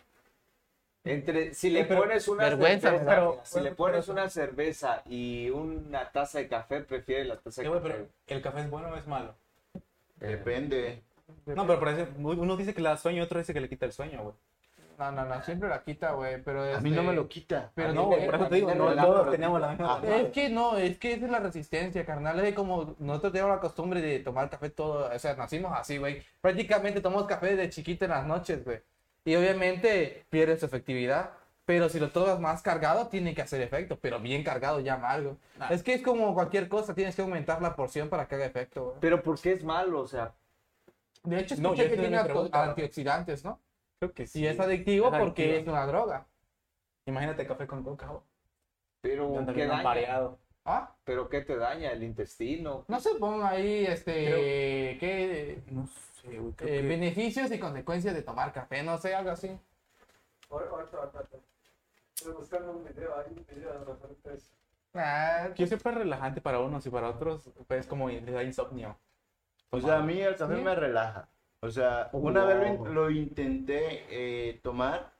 Entre, si le Sí, Eh, pero pones una vergüenza me cerveza, da. mira, si le pones una cerveza y una taza de café, prefiere la taza de Sí, güey, café. pero ¿el café es bueno o es malo? Eh. Depende. No, pero por eso uno dice que le da sueño y otro dice que le quita el sueño, güey. No, no, no, siempre la quita, güey, pero A este- mí no me lo quita. Pero no, güey, por eso te digo, también no el todos reloj. tenemos la misma. Es que no, es que esa es la resistencia, carnal. Es como nosotros tenemos la costumbre de tomar café todo, o sea, nacimos así, güey. Prácticamente tomamos café desde chiquito en las noches, güey. Y obviamente pierde su efectividad. Pero si lo tomas más cargado, tiene que hacer efecto. Pero bien cargado ya algo. Ah. Es que es como cualquier cosa, tienes que aumentar la porción para que haga efecto, güey. Pero ¿por qué es malo? O sea, De hecho, No, escuché yo que tengo tiene una anto- pregunta. antioxidantes, ¿no? Creo que sí. Y es adictivo Es porque adictivo. es una droga. Imagínate café con coca, güey. pero Donde ¿qué vienen daña? variado. ¿Ah? ¿Pero qué te daña? ¿El intestino? No se ponga ahí, este, que No sé, güey. Eh, beneficios y consecuencias de tomar café, no sé, algo así. Ah, Que es súper relajante para unos y para otros, pues es como les da insomnio. O sea, a mí el café Sí. me relaja. O sea, una vez lo, in- lo intenté eh, tomar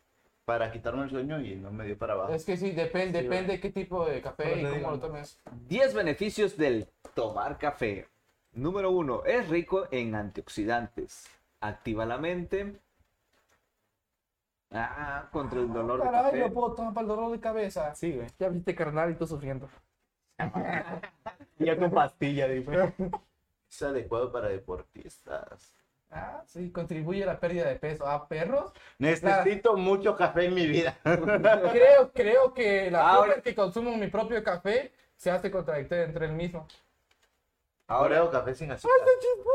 para quitarme el sueño y no me dio para abajo. es que sí, depende, Sí, depende qué tipo de café Pero y te cómo digo, lo no. tomes. 10 beneficios del tomar café. Número 1. Es rico en antioxidantes. Activa la mente. Ah, contra el dolor de Caray, café. lo puedo tomar para el dolor de cabeza. Sí, güey. Ya viste carnal y tú sufriendo. Ya con pastilla, dice. Es adecuado para deportistas. Ah, sí, contribuye a la pérdida de peso. Ah, perros. Necesito mucho café en mi vida. creo, creo que la Ahora- forma en que consumo mi propio café se hace contradictoria entre el mismo. Ahora Ahora, hago café sin azúcar.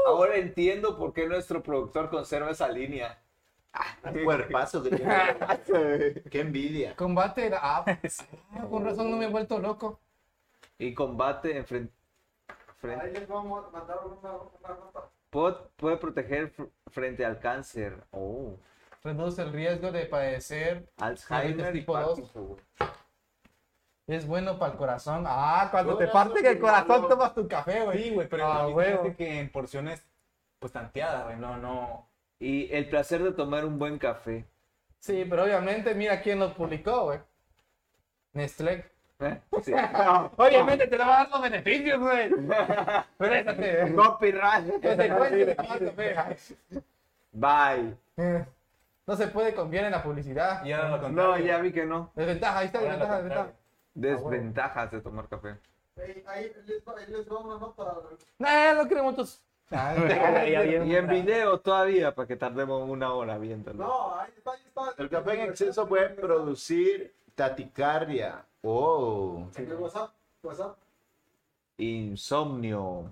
ahora entiendo por qué nuestro productor conserva esa línea. Un cuerpazo que tiene. Qué envidia. Combate la ah, ah, con razón no me he vuelto loco. Y combate en frente. Ahí les vamos a mandar una, una nota. Puede, puede proteger fr- frente al cáncer. Oh. Reduce el riesgo de padecer Alzheimer y tipo dos. Parkinson, güey. Es bueno para el corazón. Ah, cuando te Corazón, parten el corazón claro. tomas tu café, güey. Sí, güey, pero Ah, a mí se me huevo. hace que en porciones, pues tanteadas, güey, no, no. Y el placer de tomar un buen café. Sí, pero obviamente mira quién lo publicó, güey. Nestlé. ¿Eh? Sí. Obviamente te lo va a dar los beneficios, güey. Pero échate. Copyright. No Eh, se puede tomar café, ay. Bye. Eh, No se puede confiar en la publicidad. Y ahora lo No, contrario. ya vi que no. Desventaja, ahí está, Ahora lo desventaja, contrario. desventaja. Desventajas de tomar café. Ahí les, va- ahí les vamos, ¿no? Para... No, no queremos tus. Ah, Ya bien. Y en video todavía, para que tardemos una hora viéndolo. No, ahí está, ahí está. El café en exceso puede producir taticardia. Oh. El WhatsApp, WhatsApp. Insomnio.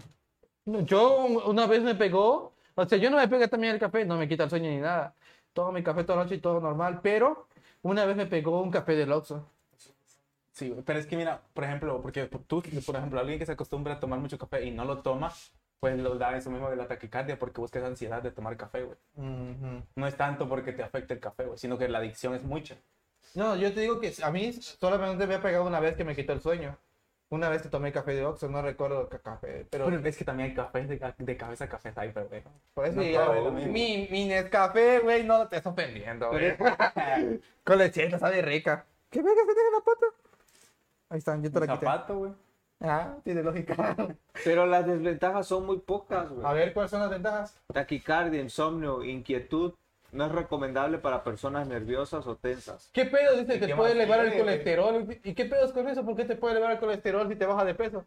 No, Yo un- una vez me pegó, o sea, yo no me pega también el café, no me quita el sueño ni nada. Tomo mi café toda la noche y todo normal, pero una vez me pegó un café del Oxxo. Sí, güey, pero es que mira, por ejemplo, porque tú, por ejemplo, alguien que se acostumbra a tomar mucho café y no lo toma, pues lo da eso mismo de la taquicardia porque buscas ansiedad de tomar café, güey. No es tanto porque te afecte el café, güey, sino que la adicción es mucha. No, yo te digo que a mí solamente me ha pegado una vez que me quitó el sueño. Una vez que tomé café de Oxxo, no recuerdo qué café, pero Pero es que también hay cafés de, ca- de cabeza a café cyber, güey. por eso no ya- probé lo mismo. mi, mi Nescafé, güey, no te estoy vendiendo, güey. Con lechita sabe rica. ¿Qué verga se tiene en la pata? Ahí están, yo te la quité. Zapato, güey. Ah, tiene lógica. Pero las desventajas son muy pocas, güey. A ver, ¿cuáles son las ventajas? Taquicardia, insomnio, inquietud. No es recomendable para personas nerviosas o tensas. ¿Qué pedo? Dice que qué te más puede elevar el tiene, güey? colesterol. ¿Y qué pedos con eso? ¿Por qué te puede elevar el colesterol si te baja de peso?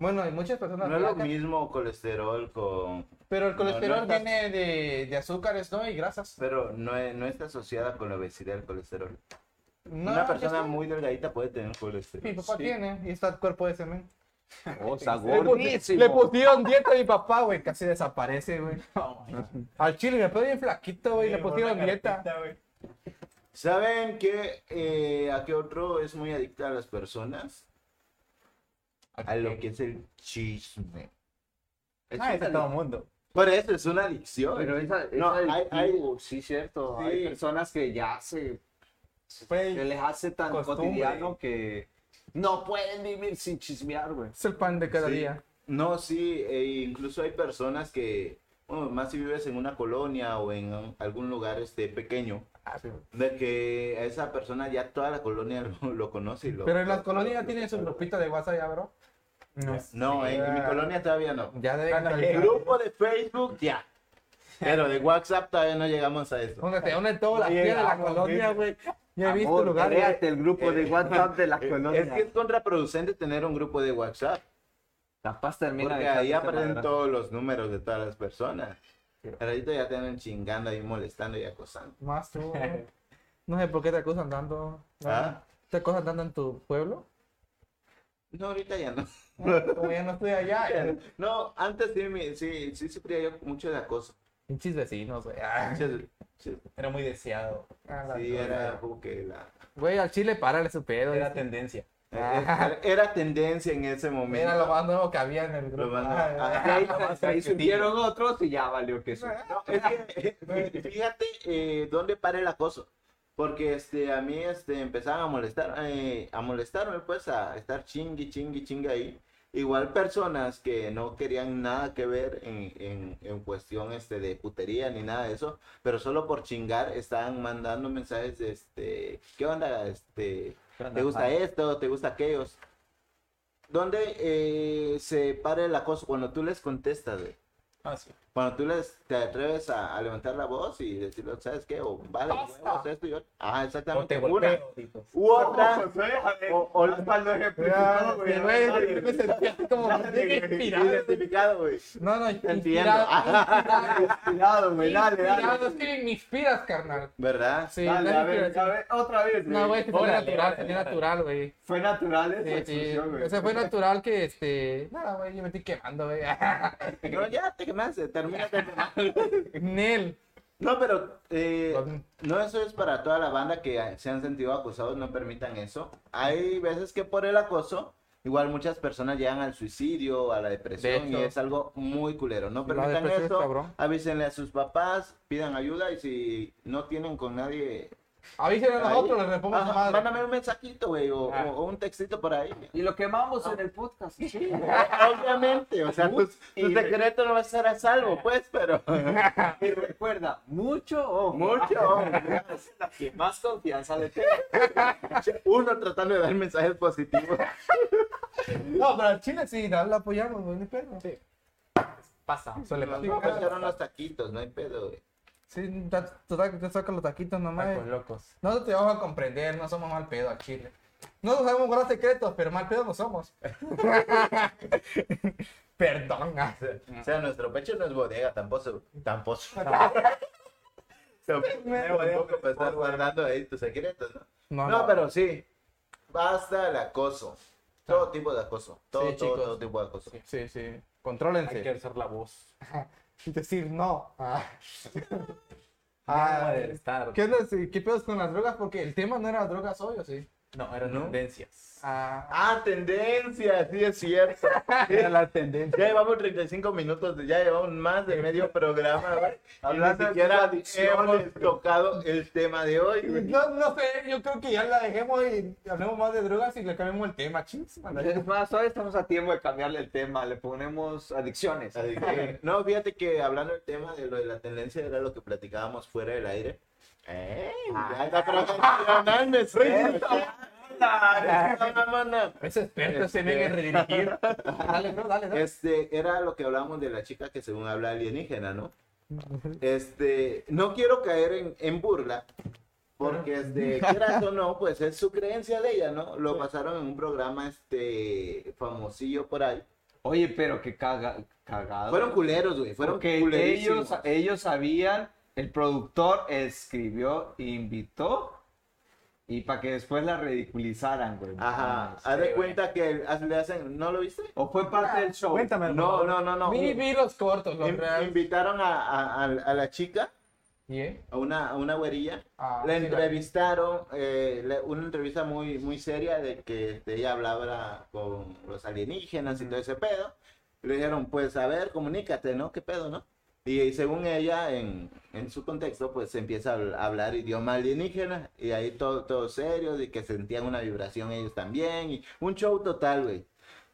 Bueno, hay muchas personas. No es lo flacas, mismo colesterol con... pero el no, colesterol no estás- viene de, de azúcares, ¿no? Y grasas. Pero no, es- no está asociada con la obesidad el colesterol. No, Una ya persona está. muy delgadita puede tener colesterol. Mi papá tiene y está el cuerpo de ese men. O Oh, está Le pus- gordísimo. Le pusieron dieta a mi papá, güey. Casi desaparece, güey. Al chile me pone bien flaquito, güey. Le pusieron dieta. ¿Saben qué, eh, a qué otro es muy adicta a las personas? A lo que es el chisme. Es Ah, una es de adic- todo el mundo. Por eso es una adicción. Pero esa, esa No, del hay- hay- cubo, sí, cierto. Hay Sí. personas que ya se. Güey, que les hace tan costumbre. cotidiano que. No pueden vivir sin chismear, güey. Es el pan de cada Sí. día. No, sí, e incluso hay personas que, bueno, más si vives en una colonia o en un- algún lugar este pequeño, de que a esa persona ya toda la colonia lo, lo conoce y lo... Pero en las lo- colonias lo- tienen su grupito de WhatsApp ya, bro. No, Eh, No, en, en mi Ah. colonia todavía no. Ya deben Anda, actualizar. ¿qué? Grupo de Facebook ya. Pero de WhatsApp todavía no llegamos a eso. Donde te unen todas las Oye, tías de la vamos, colonia, güey. güey. Ya he visto Amor, lugares. créate el grupo de WhatsApp de las Eh, colonias. Es que es contraproducente tener un grupo de WhatsApp. La paz termina Porque de ahí echarse aparecen madrazo. todos los números de todas las personas. Pero ahorita ya te andan chingando ahí, molestando y acosando. Más tú. güey. No sé por qué te acusan tanto. ¿Ah? ¿Te acusan tanto en tu pueblo? No, ahorita ya no. Como ya no estoy allá. eh. No, antes sí, me- sí, sí sufría yo mucho de acoso. Pinches vecinos, güey. Sí, Ah, sí, Era muy deseado. a la sí, era verga. como que la... Güey, al chile, párale su pedo. Era dice. tendencia. Era, era tendencia en ese momento. Era Ah. lo más nuevo que había en el grupo. Lo más Ah, nuevo. ah. Y ahí, ahí surgieron otros y ya valió que eso. Ah, No, es que, eh, fíjate eh, dónde para el acoso. Porque este, a mí este, empezaban a molestar, eh, a molestarme, pues, a estar chingui, chingui, chingue ahí. Igual personas que no querían nada que ver en, en- en cuestión este, de putería ni nada de eso, pero solo por chingar estaban mandando mensajes de, este, ¿qué onda? Este, ¿Te gusta esto? ¿Te gusta aquellos? Donde eh, se para el acoso cuando tú les contestas, güey. Ah, sí. Cuando tú les, te atreves a, a levantar la voz y decir, ¿sabes qué? O vale, huevos, esto y otro. Ah, O te exactamente. una golpeo, tipo. u otra. O, o la Ah, sí, güey, yo me sentía así como inspirado. identificado, güey. No, no, inspirado, entiendo. inspirado, Cuidado, güey, dale, inspirado, dale. es que me inspiras, carnal. ¿Verdad? Sí, Dale, la a ver, inspiración. a ver, otra vez, güey. No, güey, se fue Órale, natural, órale, salió órale. natural, güey. Fue natural esa Sí, sí. expulsión, güey. O sea, fue natural que, este, nada, güey, yo me estoy quemando, güey. No, ya te quemaste, termina de quemar. Nel. No, pero eh, Con- no eso es para toda la banda que ah, se han sentido acosados, no permitan eso. Hay veces que por el acoso, igual muchas personas llegan al suicidio, a la depresión hecho. y es algo muy culero. No La permitan depresión es eso, cabrón. avísenle a sus papás, pidan ayuda y si no tienen con nadie Avísenle a Ahí. nosotros, les repongo su Ajá, madre. Mándame un mensajito, güey, o, Ah. o- o un textito por ahí. Y lo quemamos en el podcast. Obviamente, o sea, tu, tu secreto no va a estar a salvo, pues, pero. Y recuerda, mucho ojo. Mucho. La que más confianza le tengo. Uno tratando de dar mensajes positivos. No, pero al chile sí, la, la apoyamos, güey, ni pedo. Sí. Pasa. Eso le Nos pasa. pasaron los taquitos, no hay pedo, güey. Sí, ta- total que te sacan los taquitos nomás. Tacos locos. Nosotros te vamos a comprender, no somos mal pedo al chile. No sabemos guardar secretos, pero mal pedo no somos. Perdón. ah. O sea, nuestro pecho no es bodega, tampoco. Tampoco. Tampoco tampoco para estar guardando ahí tus secretos, ¿no? No, No, no. pero sí. Basta el acoso. Todo tipo de acoso. Todo, Sí, todo, chicos. todo tipo de acoso. Sí, sí. Hay que Contrólense. alzar la voz. Decir no. Ah. Ah, Ah, del estar. ¿Qué, onda, sí? ¿Qué pedos con las drogas? Porque el tema no era drogas hoy, ¿o sí? No, eran ¿No? tendencias. Ah, Ah, tendencia, sí es cierto. Era la tendencia. Ya llevamos 35 minutos, ya llevamos más de medio programa, güey. Y ni Hablando de siquiera adicciones, hemos tocado el tema de hoy, güey. no, no sé, yo creo que ya la dejemos y hablemos más de drogas y le cambiamos el tema, chis. Es más, hoy estamos a tiempo de cambiarle el tema. Le ponemos adicciones. Así que, no, fíjate que hablando del tema de lo de la tendencia, era lo que platicábamos fuera del aire. ¡Eh! Ya está profesional, me soy. mamona. Ese experto se Este. viene a redirigir. ah, Dale, no, dale, dale. Este, era lo que hablábamos de la chica que según habla alienígena, ¿no? Este, no quiero caer en, en burla, porque este, quieras o no, pues es su creencia de ella, ¿no? Lo pasaron en un programa, este, famosillo por ahí. Oye, pero que caga, cagado. Fueron culeros, güey, fueron Porque culerísimos. Ah. ellos, ellos sabían, el productor escribió, invitó, y para que después la ridiculizaran, güey. Ajá, Ah, haz de sí, güey. cuenta que le hacen, ¿no lo viste? O fue parte del show. Cuéntame. No, no, no, no. Vi, vi los cortos, los In- reales. invitaron a, a- a- a la chica, ¿Y, eh? a una, a una güerilla. Ah, la sí, la- entrevistaron, eh, le- una entrevista muy, muy seria de que este, ella hablaba con los alienígenas y todo ese pedo. Le dijeron, pues a ver, comunícate, ¿no? ¿Qué pedo, no? Y, y según ella, en, en su contexto, pues empieza a habl- a hablar idioma alienígena y ahí todo, todo serio, y que sentían una vibración ellos también, y un show total, güey.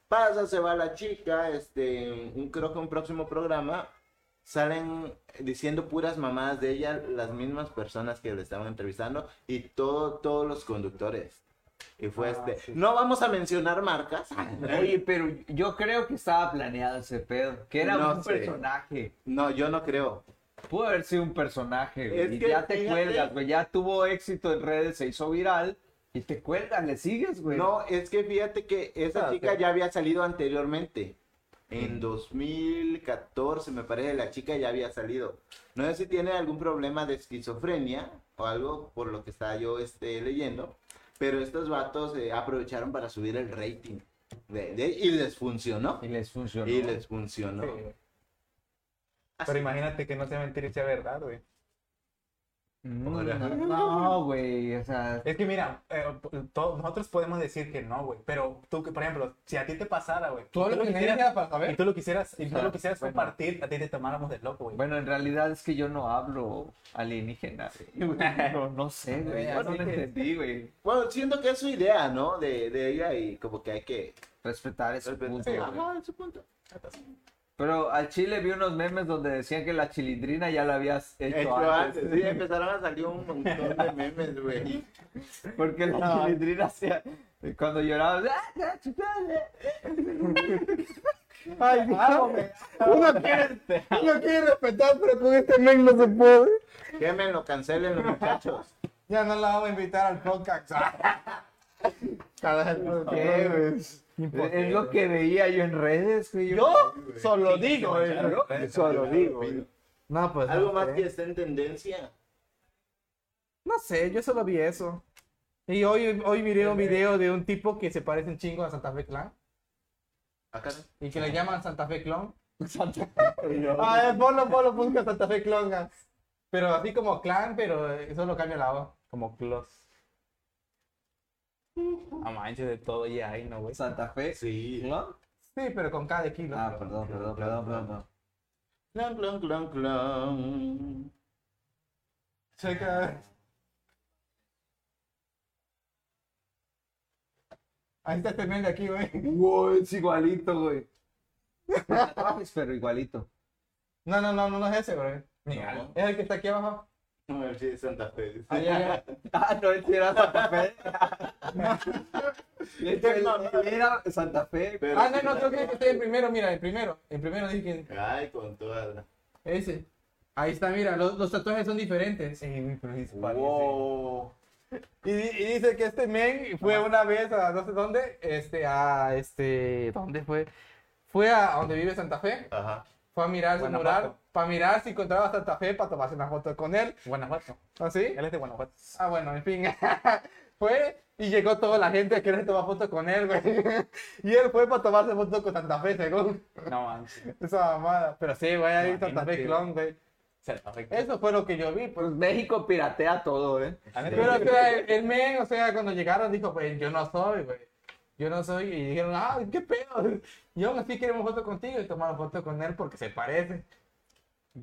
Pasa, se va la chica, este, un- creo que un próximo programa, salen diciendo puras mamadas de ella las mismas personas que le estaban entrevistando y todo, todos los conductores. Y fue este, no vamos a mencionar marcas. Oye, pero yo creo que estaba planeado ese pedo. Que era No un sé. personaje. No, yo no creo. Pudo haber sido un personaje, güey, Es y que ya te fíjate- cuelgas, güey. Ya tuvo éxito en redes, se hizo viral. Y te cuelgas, le sigues, güey. No, es que fíjate que esa chica ya había salido anteriormente. En 2014, me parece, la chica ya había salido. No sé si tiene algún problema de esquizofrenia o algo por lo que estaba yo este, leyendo, pero estos vatos eh, aprovecharon para subir el rating. de- de- y les funcionó. Y les funcionó. Y les funcionó. Sí. Pero imagínate que no sea mentira y sea verdad, güey. Mm, No, güey. O sea, Es que mira, eh, todos- nosotros podemos decir que no, güey. Pero tú, que, por ejemplo, si a ti te pasara, güey. ¿Tú hablas lo en quisieras- línea para Y saber? tú lo quisieras, y tú Ah, lo quisieras bueno. compartir, a ti te tomáramos de loco, güey. Bueno, en realidad es que yo no hablo alienígena. güey. No, no sé, Ah, güey. Ya Bueno, no lo que- entendí, güey. Bueno, siento que es su idea, ¿no? De, de ella y como que hay que... Respetar ese punto, güey. Ajá, en su punto. Pero al Chile vi unos memes donde decían que la chilindrina ya la habías hecho, Hecho antes. antes, sí, empezaron a salir un montón de memes, güey. Porque la chilindrina hacía. Cuando lloraba. "Ah, ah, chupale". Ay, uno, quiere, uno quiere respetar, pero con este men no se puede. Quémenlo, cancelen los muchachos. Ya no la vamos a invitar al podcast. ah. Carajo, ¿Qué, güey? Es lo que veía yo en redes, güey. Yo, solo digo, eh. Yo solo digo. güey. No, pues. Algo no más sé. que esté en tendencia. No sé, yo solo vi eso. Y hoy, hoy miré un video de un tipo que se parece un chingo a Santa Fe Clan. Acá. Y que le llaman Santa Fe Clon. Ah, es Polo, Polo, busca Santa Fe Clon. ah. Pero así como clan, pero eh, solo cambia la voz. Como close. A manches de todo ya ahí, no, güey. Santa Fe. Sí. ¿No? Sí, pero con cada kilo. Ah, perdón, perdón, perdón, perdón. Clan, clan, clan, clan. Checa. Ahí está este men de aquí, güey. Wow, es igualito, güey. Tatuajes, pero igualito. No, no, no, no, no es ese, güey. No. Es el que está aquí abajo. No, el de Santa Fe. Ah, ya, ya. Ah, no, él era Santa Fe. Él era Santa Fe. Pero- Ah, no, no, creo que este es el primero, mira, el primero. El primero dije que Ay, con toda la... ese. Ahí está, mira, los, los tatuajes son diferentes. Wow. Y, di- y dice que este men fue una vez a no sé dónde, este, a este, ¿dónde fue? Fue a donde vive Santa Fe, Ajá. fue a mirar su Guanajuato. mural, para mirar si encontraba a Santa Fe para tomarse una foto con él, Guanajuato. ¿así? Él es de Guanajuato. Ah, bueno, en fin. fue y llegó toda la gente que querer tomar foto con él, güey. y él fue para tomarse foto con Santa Fe, según No manches. esa mamada. Pero sí, güey, ahí Santa Fe Imagínate. clon, güey. Santa Fe. Eso fue lo que yo vi, pues. Pues México piratea todo, ¿eh? La neta, Pero o sea, el, el men, o sea, cuando llegaron dijo, pues yo no soy, güey. Yo no soy. Y dijeron, ah, qué pedo. Y aún así queremos foto contigo y tomaron foto con él porque se parece.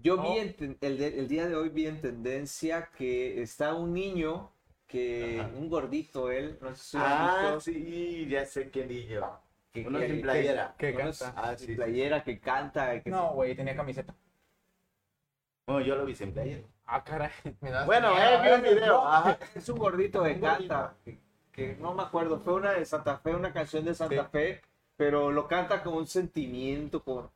Yo vi en ten- el, de- el día de hoy vi en tendencia que está un niño que Ajá. un gordito él, no sé si lo han Ah, visto, sí, ya sé quién niño. que, Uno que- sin que- playera. que uno canta. Ah, sin sí. playera que canta, que No, güey, tenía camiseta. Bueno, yo lo vi sin playera. Ah, caray. Me das Bueno, miedo, eh, vi un video. Ajá. es un gordito que Un canta, que, que no me acuerdo, fue una de Santa Fe, una canción de Santa Fe, pero lo canta con un sentimiento, con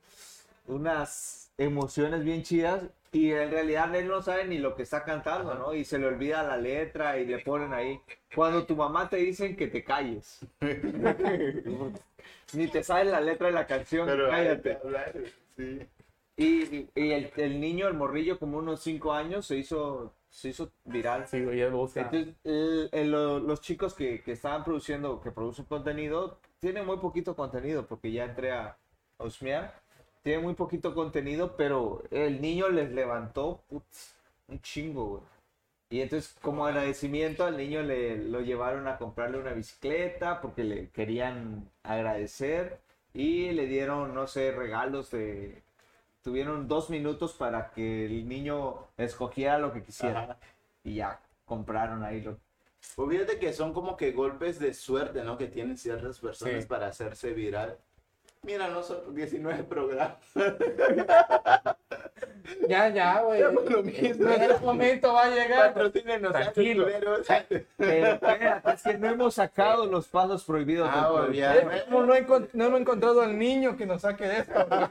unas emociones bien chidas y en realidad él no sabe ni lo que está cantando, ¿no? Y se le olvida la letra y le ponen ahí cuando tu mamá te dicen que te calles. ni te sabes la letra de la canción, Pero cállate. Sí. Y, y el, el niño, el morrillo, como unos 5 años, se hizo, se hizo viral. Sí, güey, yo lo busco. Entonces, el- el- lo- los chicos que, que estaban produciendo, que producen contenido, tienen muy poquito contenido, porque ya entré a a husmear, tienen muy poquito contenido, pero el niño les levantó putz, un chingo, güey. Y entonces, como agradecimiento, al niño le, lo llevaron a comprarle una bicicleta porque le querían agradecer y le dieron, no sé, regalos de... Tuvieron dos minutos para que el niño escogiera lo que quisiera Ajá. y ya compraron ahí lo Pues fíjate que son como que golpes de suerte, ¿no? Que tienen ciertas personas Sí. para hacerse viral. Mira, nosotros 19 programas. Ya, ya, güey. lo mismo. En el momento va a llegar. Patrocínenos. Tranquilo. culeros. Pero espérate, es que no hemos sacado los pasos prohibidos. Ah, del bueno, club. ya. Eh, No, no he encont- no hemos encontrado al niño que nos saque de esto. güey.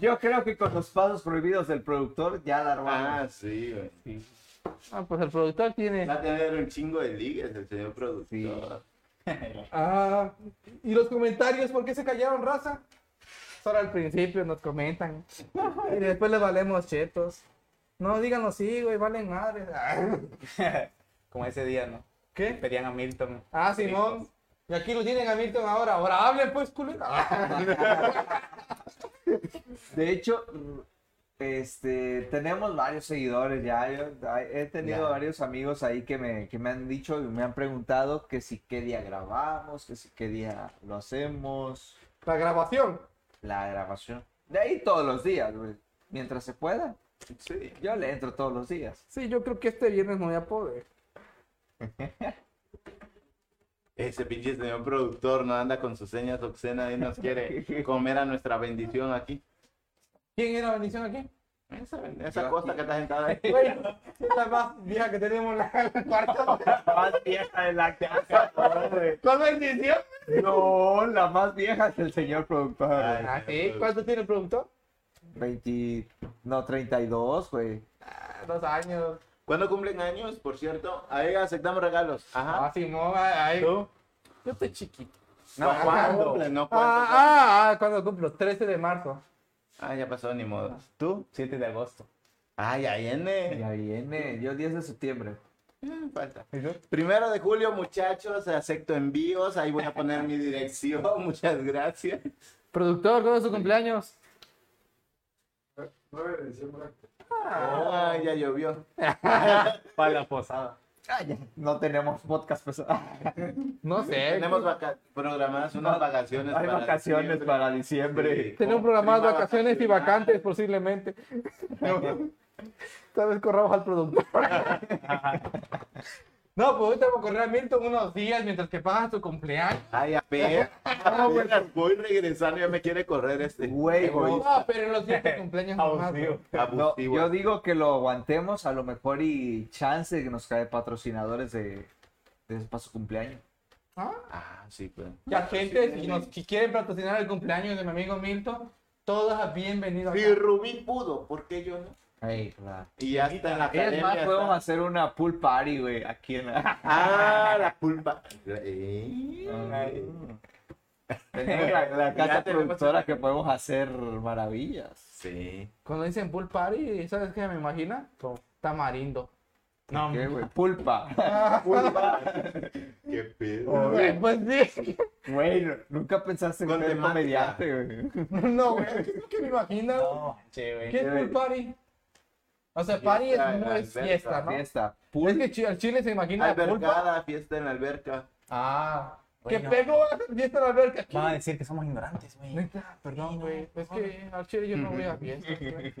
Yo creo que con los pasos prohibidos del productor ya la Ah, armamos. sí, güey. Ah, pues el productor tiene. Va a tener un chingo de ligas el señor productor. Ah, y los comentarios, ¿por qué se callaron, raza? Solo al principio nos comentan. Y después les valemos chetos. No, díganos sí, güey, valen madre. Como ese día, ¿no? ¿Qué? Pedían a Milton. Ah, Simón. Y aquí lo tienen a Milton ahora. Ahora hablen, pues, culero. De hecho, este, tenemos varios seguidores ya. Yo- ay, he tenido Ya. varios amigos ahí que me, que me han dicho y me han preguntado que si qué día grabamos, que si qué día lo hacemos, La grabación. la grabación. De ahí todos los días, güey. Mientras se pueda. Sí. Yo le entro todos los días. Sí, yo creo que este viernes no voy a poder. Ese pinche señor productor no anda con sus señas obscenas y nos quiere comer a nuestra bendición aquí. ¿Quién era la bendición aquí? Esa, Yo esa cosa aquí. que está sentada ahí. Güey, es la más vieja que tenemos en la- en el cuarto. Más vieja de la casa, ¿Cuál bendición? No, la más vieja es el señor productor. Ay. Ah, sí. ¿Cuánto tiene el productor? 20, no, 32, güey. Ah, Dos años. ¿Cuándo cumplen años, por cierto? Ahí aceptamos regalos. Ah, Ajá. Simón, ahí. ¿Tú? Yo estoy chiquito. No, Ah, ¿cuándo? cumplen? No, ¿cuándo? Ah, ah, ah, cuando cumplo, 13 de marzo. Ah, ya pasó, ni modo. ¿Tú? 7 de agosto. Ah, ya viene. Ya viene, yo 10 de septiembre. Mm, Falta. Primero de julio, muchachos, acepto envíos. Ahí voy a poner mi dirección. Muchas gracias. Productor, ¿cuándo es su cumpleaños? 9 de diciembre. Ah, ya llovió. Para la posada. Ah, No tenemos podcast pues. pesado. No sé. Tenemos vaca- programadas unas vacaciones. Hay para vacaciones diciembre. para diciembre. Tenemos Como programadas prima vacaciones y vacacional. vacantes posiblemente. Tal vez corramos al productor. No, pues ahorita voy a correr a Milton unos días mientras que pagas tu cumpleaños. Ay, a ver. Apenas voy regresando, ya me quiere correr este. Güey, Egoísta. No, pero en los días de cumpleaños no más, Abusivo. güey. No, Abusivo. yo digo que lo aguantemos a lo mejor y chance que nos cae patrocinadores de, de para su cumpleaños. ¿Ah? Ah, sí, pues. La gente, si, nos, si quieren patrocinar el cumpleaños de mi amigo Milton, todos bienvenidos. Si acá. Rubí pudo, ¿por qué yo no? Ey, claro. Y ya está en la academia. Es más, está- podemos hacer una pool party, güey, aquí en la... Ah, la culpa. Eh, Tenemos la, Ya la casa tenemos productora que podemos hacer maravillas. Sí. Cuando dicen pool party, ¿sabes qué me imagina? Tamarindo. Ah. No, ¿Qué, güey? Pulpa. Qué pedo. Güey, Pues sí. Güey, nunca pensaste en Con ser temática. comediante, güey. No, güey. ¿Qué me imagina? güey? no, che, güey. ¿Qué es pool party? O sea, party es, Fiesta, no es alberca, fiesta, ¿no? Fiesta. Es que chi- al chile se imagina la pulpa. Albercada, fiesta en la alberca. Ah, que Bueno. pego a hacer fiesta en la alberca. Van a decir que somos ignorantes, güey. Neta, perdón, güey. Es que al chile yo no voy a fiestas, güey.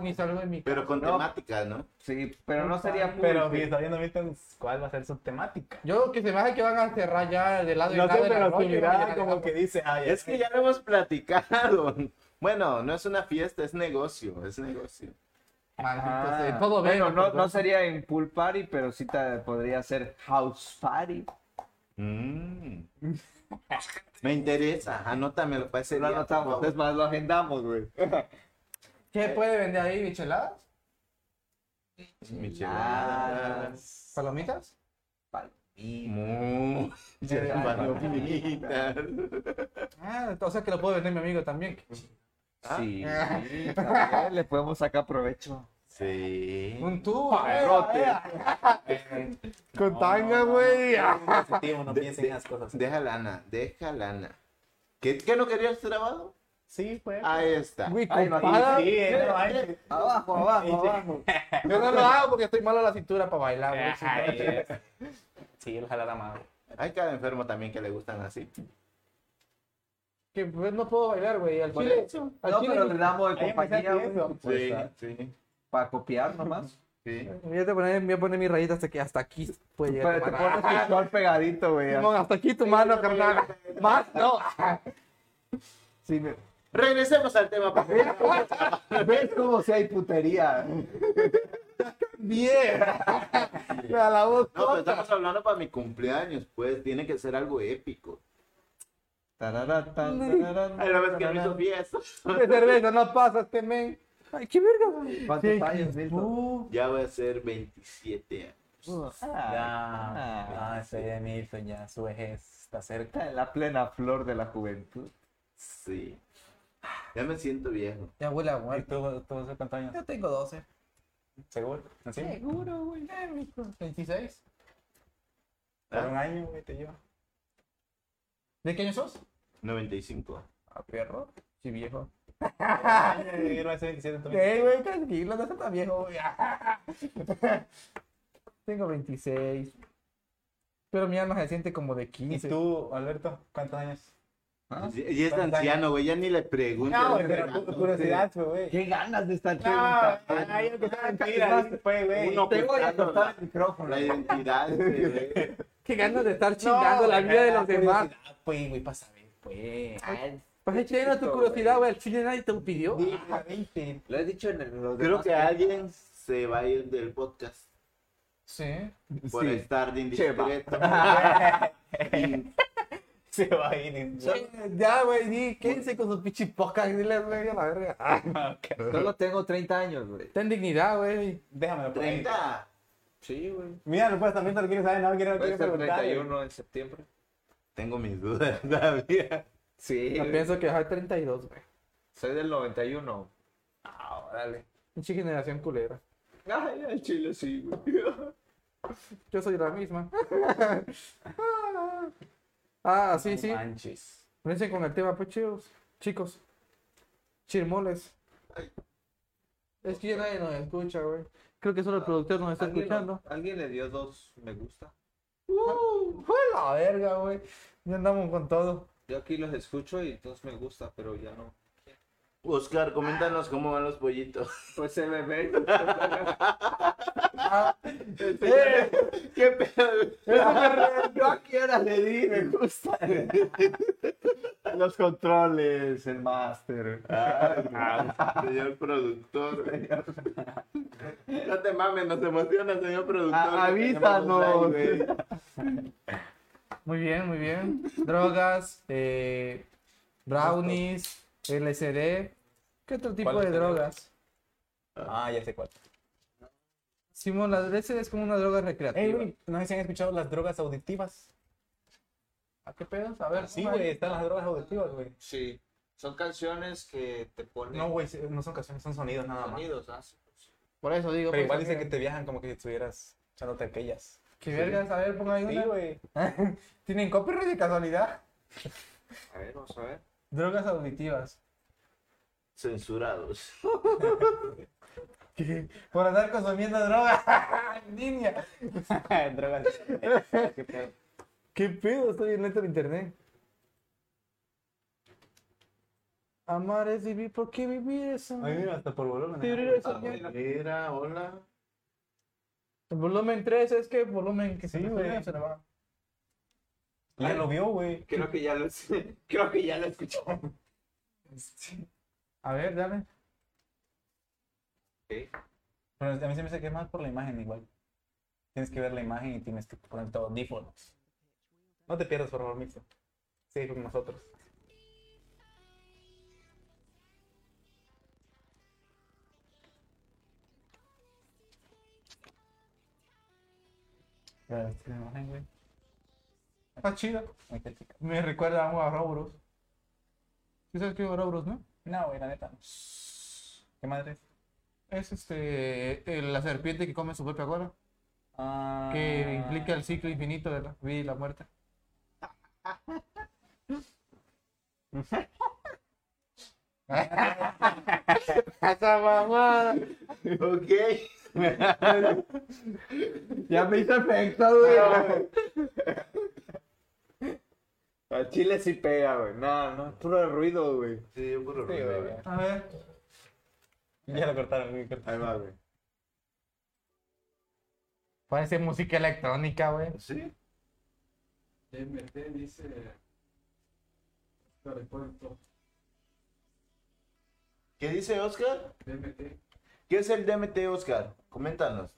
Ni salgo de mi casa. Pero con No. temática, ¿no? Sí, pero no sería pool. Pero güey. si todavía no viste cuál va a ser su temática. Yo que se me hace que van a cerrar ya de lado y No lado sé, el pero arroyo, tu güey, mirada ya como dejamos- que dice, ay, Es que ya lo hemos platicado. Bueno, no es una fiesta, es negocio, es negocio. Maldito Ah. sea, todo Bueno, verde, no, perdón. no sería en pool party, pero sí te- podría ser house party. Mm. Me interesa, anótamelo para ese día, Lo por anotamos, favor. es más, lo agendamos, güey. ¿Qué puede vender ahí, bicheladas? Ah, Micheladas. ¿Palomitas? Mu. Palomitas. Ah, o sea que lo puede vender mi amigo también. Ah. Sí, sí, también le podemos sacar provecho. Sí. Un tubo. Padrote. Con tanga, güey. Tío, no piensen en esas cosas. Deja lana, deja lana. ¿Qué, qué no querías grabado? Sí, pues. Ahí está. Güey, Ay, con no, pala. Sí, eh, no, ay, Abajo, abajo, abajo. Yo no lo hago porque estoy malo a la cintura para bailar, güey. si no- ay, eh. Sí, ojalá la madre. Hay cada enfermo también que le gustan así. Que pues, no puedo bailar, güey. Al chile. Al No, chile. pero le damos de Ahí compañía, empezaste güey, eso. Sí, pues, sí, para copiar nomás. sí. Voy a poner, voy a poner mi rayita hasta que hasta aquí puede llegar. Pero tu te mano. Ah, pones tu short pegadito, güey. Simón, hasta aquí tu mano, carnal. Más, no. Sí, me- Regresemos al tema. por favor. ¿Ves cómo si hay putería? Bien. A la voz. No, pero estamos hablando para mi cumpleaños, pues tiene que ser algo épico. Tararán, tan, Ay, tararán, la vez que me hizo tararán. fiesta. De cerveza no pasa este men. Ay, qué verga, güey. ¿Cuántos Sí, años, qué- Milton? Uh, Ya voy a ser 27 años. Ya, Ah, no, ese de Milton ya, su vejez está cerca. Está en la plena flor de la juventud. Sí. Ya me siento viejo. Ya huele a ¿Y muerto. tú, tú hace cuántos años? Yo tengo 12. ¿Seguro? ¿Ah, ¿Así? Seguro, güey. 26. Por un año, güey, te lleva. ¿De qué año sos? 95. A perro. Sí, viejo. Ah. Yo iba a ser 27 entonces. ¿Qué, güey? Tranquilo, no estás tan viejo, güey. Tengo 26. Pero mi alma se siente como de ¿Y 15. tú, Alberto, cuántos años? ¿Ah? Y y es ¿Cuántos anciano, güey, ya ni le pregunto. No, le pero pregunto. cu- curiosidad, fue, güey. ¿Qué ganas de estar No, preguntando? ahí empezaba a mentir, ahí fue, pues, güey. Uno Te voy a ocultando cortar la- el micrófono. La identidad, güey. Qué ganas de estar chingando la vida de los demás. Pues, güey, pasa ver, pues. Pues echando tu curiosidad, güey. Al chile nadie te lo pidió. Milton. Lo he dicho en el- los Creo demás que alguien se va a ir del podcast Sí. Ah. por Sí. estar de Se va. indiscreto. Se va a ir. Ya, güey, di, quédense con sus pinches pocas. Dile, güey, a la verga. Ah, Solo tengo 30 años, güey. Ten dignidad, güey. Déjame por pues, ahí. 30. Sí, güey. Mira, no puedes también te lo quieres saber, no quiero no Puede quiero ser preguntar. 31 en septiembre. Tengo mis dudas todavía. Sí, Yo güey. pienso que bajar 32, güey. soy del 91. Ah, dale. Pinche generación culera. Ay, al chile sí, güey. Yo soy la misma. ah, sí, No sí. Manches. Ponerse con el tema, pues chicos. Chicos. Chirmoles. Es que ya nadie nos escucha, güey. Creo que solo el productor nos está ¿Alguien, escuchando. alguien le dio dos me gusta. Uh, fue la verga, güey. Ya andamos con todo. Yo aquí los escucho y dos me gusta, pero ya no. Oscar, coméntanos cómo van los pollitos. Pues se me ve. ¿Qué pedo? Yo a qué hora le di, me gusta. Los controles, el máster. Ah, señor productor. No te mames, nos emociona, señor productor. A- avísanos. Muy bien, muy bien. Drogas, eh, brownies, LSD. ¿Qué otro tipo de ¿Cuál es el drogas? Ah, ya sé cuál. Simón, la LSD es como una droga Ey, recreativa. güey, no sé si han escuchado las drogas auditivas. ¿A qué pedos? A ver, Sí, una- güey, están las drogas auditivas, güey. Sí. Son canciones que te ponen No, güey, no son canciones, son sonidos nada más. sonidos, ¿ah? Por eso digo. Pero pues, igual a dicen qué- que te viajan como que estuvieras echándote aquellas. ¿Qué vergas? A ver, ponga ahí Sí, una. güey. ¿Tienen copyright de casualidad? A ver, vamos a ver. Drogas auditivas. Censurados. ¿Qué? Por andar consumiendo drogas en línea. drogas. Qué pedo. ¿Qué pedo? Estoy en neto en internet. Amar es vivir, ¿por qué vivir eso? Ay, mira, hasta por volumen. Vivir ¿eh? eso, ¿qué? Mira, hola. El volumen 3 es que el volumen que se Sí, le güey. sube, se le baja. Ya lo vio, güey. Creo que ya lo, creo que ya lo escuché. Este, A ver, dale. Pero a mí se me hace que es más por la imagen igual. Tienes que ver la imagen y tienes que poner todo audífonos. No te pierdas, por favor, Mixo. Sigue con nosotros. Ya, esta es la imagen, güey. Está chido. Ahí está, chica. Me recuerda a un Ouroboros. ¿Sí sabes qué es Ouroboros, no? No, güey, la neta. no. ¿Qué madre es? Es este, el- la serpiente que come su propia cola. Ah, Que implica el ciclo infinito de la vida y la muerte. Esa mamada. Ok. Ya me hizo efecto, güey. A Chile sí pega, güey. No, no, es puro ruido, güey. Sí, yo puro Sí, ruido, güey. güey. A ver. Ya lo cortaron, güey. cortaron. Ahí va, güey. Parece música electrónica, güey. ¿Sí? DMT dice. Te recuerdo. ¿Qué dice Oscar? DMT. ¿Qué es el DMT, Oscar? Coméntanos.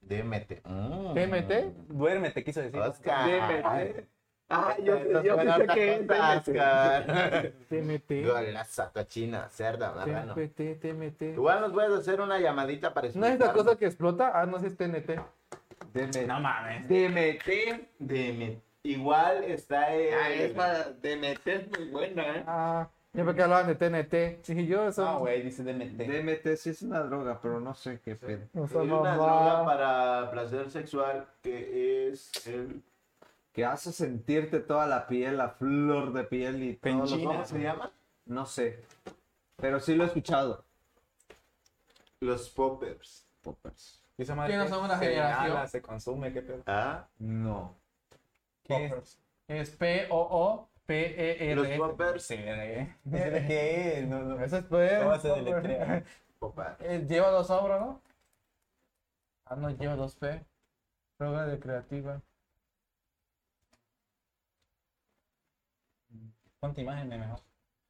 DMT. Mm. DMT? Duérmete, quiso decir. Oscar. DMT. Ah, yo, Estas yo son pensé otras que es cosas, Oscar. TMT. Golazo, cochina, cerda, marrano. TMT, TMT. Igual nos puedes hacer una llamadita para pues. ¿No es esta cosa que explota? Ah, no, sí es TNT. DMT. No mames. DMT. DMT. Igual está el... Ah, esa DMT es muy buena, ¿eh? Ah, siempre que hablaban de TNT. Dije yo, eso. Ah, No, güey, dice DMT. DMT sí es una droga, pero no sé qué pedo. Hay una droga para placer sexual que es el... Que hace sentirte toda la piel, la flor de piel y todo. Penchina. ¿Cómo se llama? No sé. Pero sí lo he escuchado. Los poppers. Poppers. Y esa madre Que no que son una se generación. inhala, se consume, qué pedo. ¿Ah? No. ¿Qué es? Es P-O-O-P-E-R. Los poppers. Sí, eh. No sé de qué es, no, no. Eso es poder. ¿Cómo se deletrea? Popper. Eh, E lleva dos obras, ¿no? Ah, no, lleva dos P. Droga de creativa. Ponte imágenes mejor.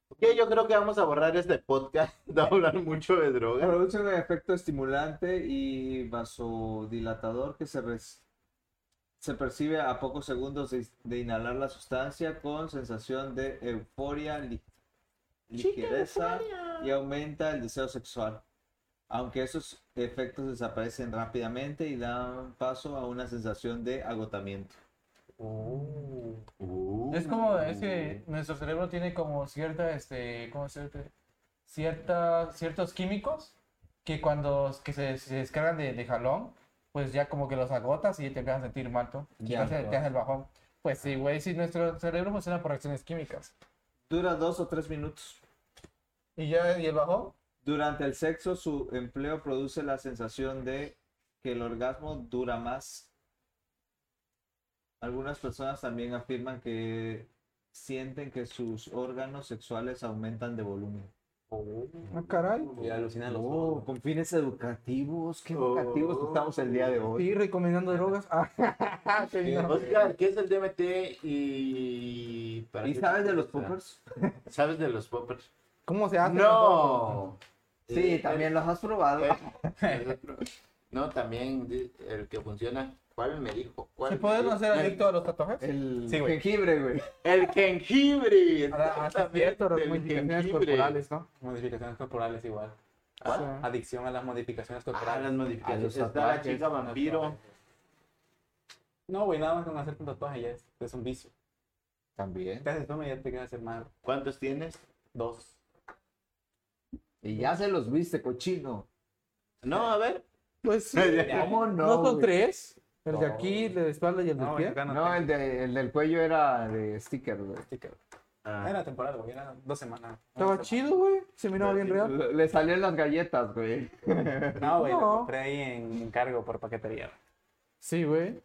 Ok, yo creo que vamos a borrar este podcast de hablar mucho de droga. Produce un efecto estimulante y vasodilatador que se, res- se percibe a pocos segundos de, de inhalar la sustancia con sensación de euforia, li- ligereza y aumenta el deseo sexual. Aunque esos efectos desaparecen rápidamente y dan paso a una sensación de agotamiento. Uh. Es como, es que nuestro cerebro tiene como cierta, este, ¿cómo se dice? Cierta, ciertos químicos que cuando que se, se descargan de, de jalón, pues ya como que los agotas y te empiezas a sentir mal, ¿no? Y Ya, te hace- bro. te hace el bajón. Pues sí, güey, si nuestro cerebro funciona por reacciones químicas. Dura dos o tres minutos. ¿Y ya y el bajón? Durante el sexo, su empleo produce la sensación de que el orgasmo dura más. Algunas personas también afirman que sienten que sus órganos sexuales aumentan de volumen. Uh. Ah, caray. Y alucinan los Oh, ojos. con fines educativos, qué educativos que estamos el día de hoy. Sí, recomendando drogas. Ah, qué bien. Oscar, ¿qué es el DMT y... para ¿Y qué sabes se de los usa? poppers? ¿Sabes de los poppers? ¿Cómo se hace? ¡No! Sí, Eh, también los has probado. eh, el otro. No, también di- el que funciona. ¿Cuál me dijo? ¿Cuál ¿Se me puede dijo? hacer adicto a los tatuajes? El Sí, güey. jengibre, güey. El jengibre. Ah, ah, sí, es cierto, las del modificaciones jengibre. corporales, ¿no? Modificaciones corporales igual. O Ah, sea, Adicción a las modificaciones ah, corporales. las modificaciones. A los Está la tatuajes, chica vampiro. No, güey, nada más con hacer un tatuaje ya es, es un vicio. También. Te haces toma y ya te quieres hacer más ¿Cuántos tienes? dos. Y ya se los viste, cochino. No, a ver. Pues sí. ¿Cómo no? ¿No son güey? tres? El de No. aquí, el de la espalda y el del No, pie. acá no, No, tengo. el, de- el del cuello era de sticker, güey. Chica, güey. Ah, Era temporada, güey, era dos semanas. Estaba Una chido, güey. Se miraba bien real. Le le salieron las galletas, güey. semana. No, güey, No. lo compré ahí en encargo por paquetería. Sí, güey.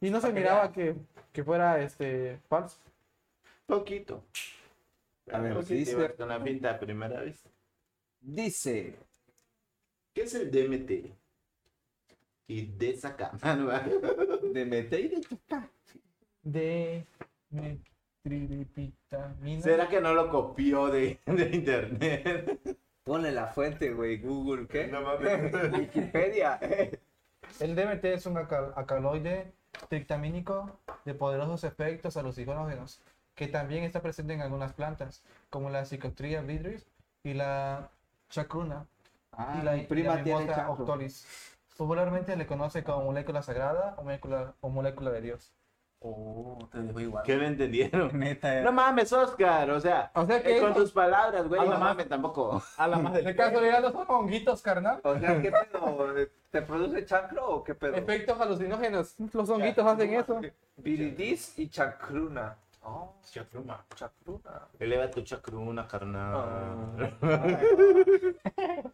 Y no se miraba que, que fuera este falso. poquito. A ver, Creo que dice- te ibas Con la pinta a primera vez. Dice, ¿Qué es el DMT? Y de esa cama, ¿no? de mete y de choca. De metrilipitamina. ¿Será que no lo copió de, de internet? Ponle la fuente, güey, Google, ¿qué? No mames. Wikipedia. El DMT es un acal- alcaloide trictamínico de poderosos efectos alucinógenos que también está presente en algunas plantas, como la psicotria vidris y la chacruna Ah, y la, mi y prima la tiene mimosa chancro. octolis. Popularmente le conoce como molécula sagrada o molécula, o molécula de Dios. Oh, te digo igual. ¿Qué no entendieron? Neta, No mames, Oscar, o sea, O sea eh, que- con tus palabras, güey, Ah, no no mames tampoco. habla más De del casualidad no son honguitos, carnal. O sea, ¿qué pedo? ¿Te produce chancro o qué pedo? Efectos alucinógenos. Los honguitos hacen eso. Viridis y chancruna. Chacruma. Ah. Chancruna. Eleva tu chacruna, carnal.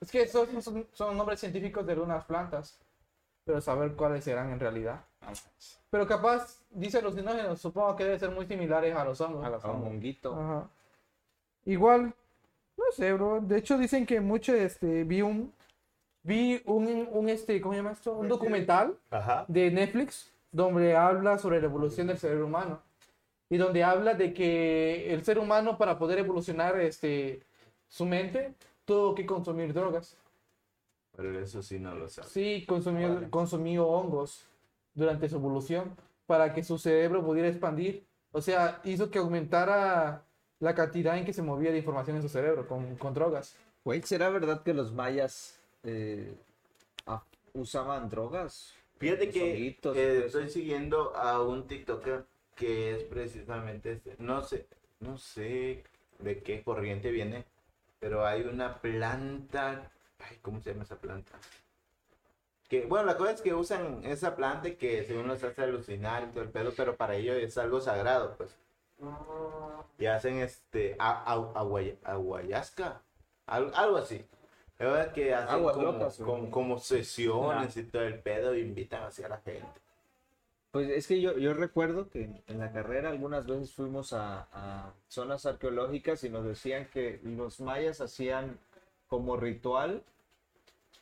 Es que esos son, son nombres científicos de algunas plantas, pero saber cuáles serán en realidad. Pero capaz, dice alucinógenos, supongo que deben ser muy similares a los hongos. A los Un hongos. honguito. Ajá. Igual, no sé, bro. De hecho, dicen que mucho, este, vi un, vi un, un, este, ¿cómo se llama esto? Un documental Ajá. de Netflix donde habla sobre la evolución del ser humano y donde habla de que el ser humano para poder evolucionar este su mente tuvo que consumir drogas. Pero eso sí no lo sabes. Sí, consumió, Órale. consumió hongos durante su evolución para que su cerebro pudiera expandir. O sea, hizo que aumentara la cantidad en que se movía de información en su cerebro con, con drogas. Güey, ¿será verdad que los mayas eh, ah, usaban drogas? Fíjate Los que honguitos y eh, todo eso. estoy siguiendo a un TikToker que es precisamente este. No sé, no sé de qué corriente viene, pero hay una planta. Ay, ¿cómo se llama esa planta? Que, bueno, la cosa es que usan esa planta y que según los hace alucinar y todo el pedo, pero para ellos es algo sagrado, pues. Y hacen este. a- a- aguay- Aguayasca. Al- algo así. La verdad es que hacen Aguas como, locas, como- güey. como sesiones y todo el pedo y invitan así a la gente. Pues es que yo, yo recuerdo que en, en la carrera algunas veces fuimos a, a zonas arqueológicas y nos decían que los mayas hacían como ritual,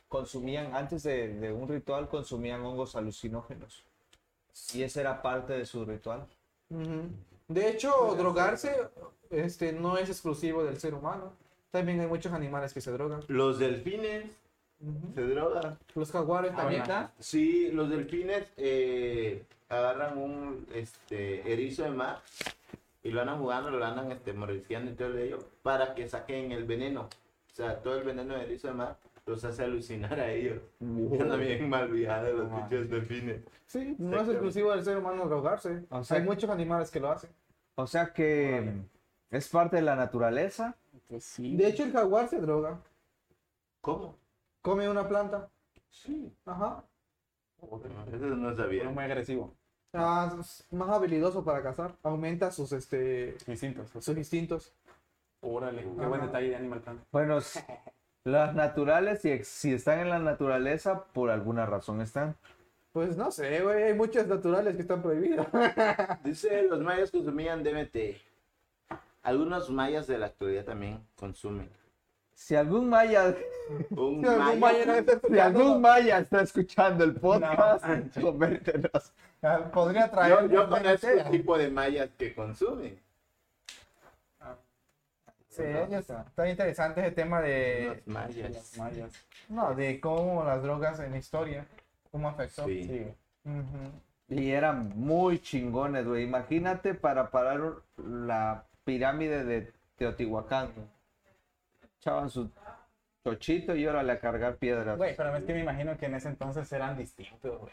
consumían, antes de, de un ritual, consumían hongos alucinógenos. Y esa era parte de su ritual. De hecho, drogarse este, no es exclusivo del ser humano. También hay muchos animales que se drogan. Los delfines se drogan. Los jaguares también. ¿Neta? Sí, los delfines eh, agarran un este, erizo de mar y lo andan jugando, lo andan este, mordisqueando y todo ello para que saquen el veneno. O sea, todo el veneno del erizo de mar los hace alucinar a ellos. Andan bien mal viajados los No, pinches delfines. Sí, no es exclusivo del ser humano drogarse. O sea- Hay muchos animales que lo hacen. O sea que es parte de la naturaleza. Pues sí. De hecho, el jaguar se droga. ¿Cómo? Come una planta. Sí. Ajá. Eso no Uno sabía. es muy agresivo. Ah, es más habilidoso para cazar. Aumenta sus, este, Distintos. sus instintos. Órale, qué Ajá. buen detalle de Animal Planet. Bueno, s- las naturales, si, ex- si están en la naturaleza, por alguna razón están. Pues no sé, güey. Hay muchas naturales que están prohibidas. Dice, los mayas consumían DMT. Algunos mayas de la actualidad también consumen. Si algún maya, Un Si algún maya. mañana está si estudiando, algún maya está escuchando el podcast, conviértenos. ah, podría traer. Yo, yo conozco el tipo de mayas que consumen. Sí, ellos- está interesante ese tema de, Los mayas. no, de cómo las drogas en la historia, cómo afectó. Sí. Ujú. Y eran muy chingones, güey. Imagínate para parar la pirámide de Teotihuacán. güey. Echaban su chochito y órale a cargar piedras. Güey, pero es que me imagino que en ese entonces eran distintos, güey.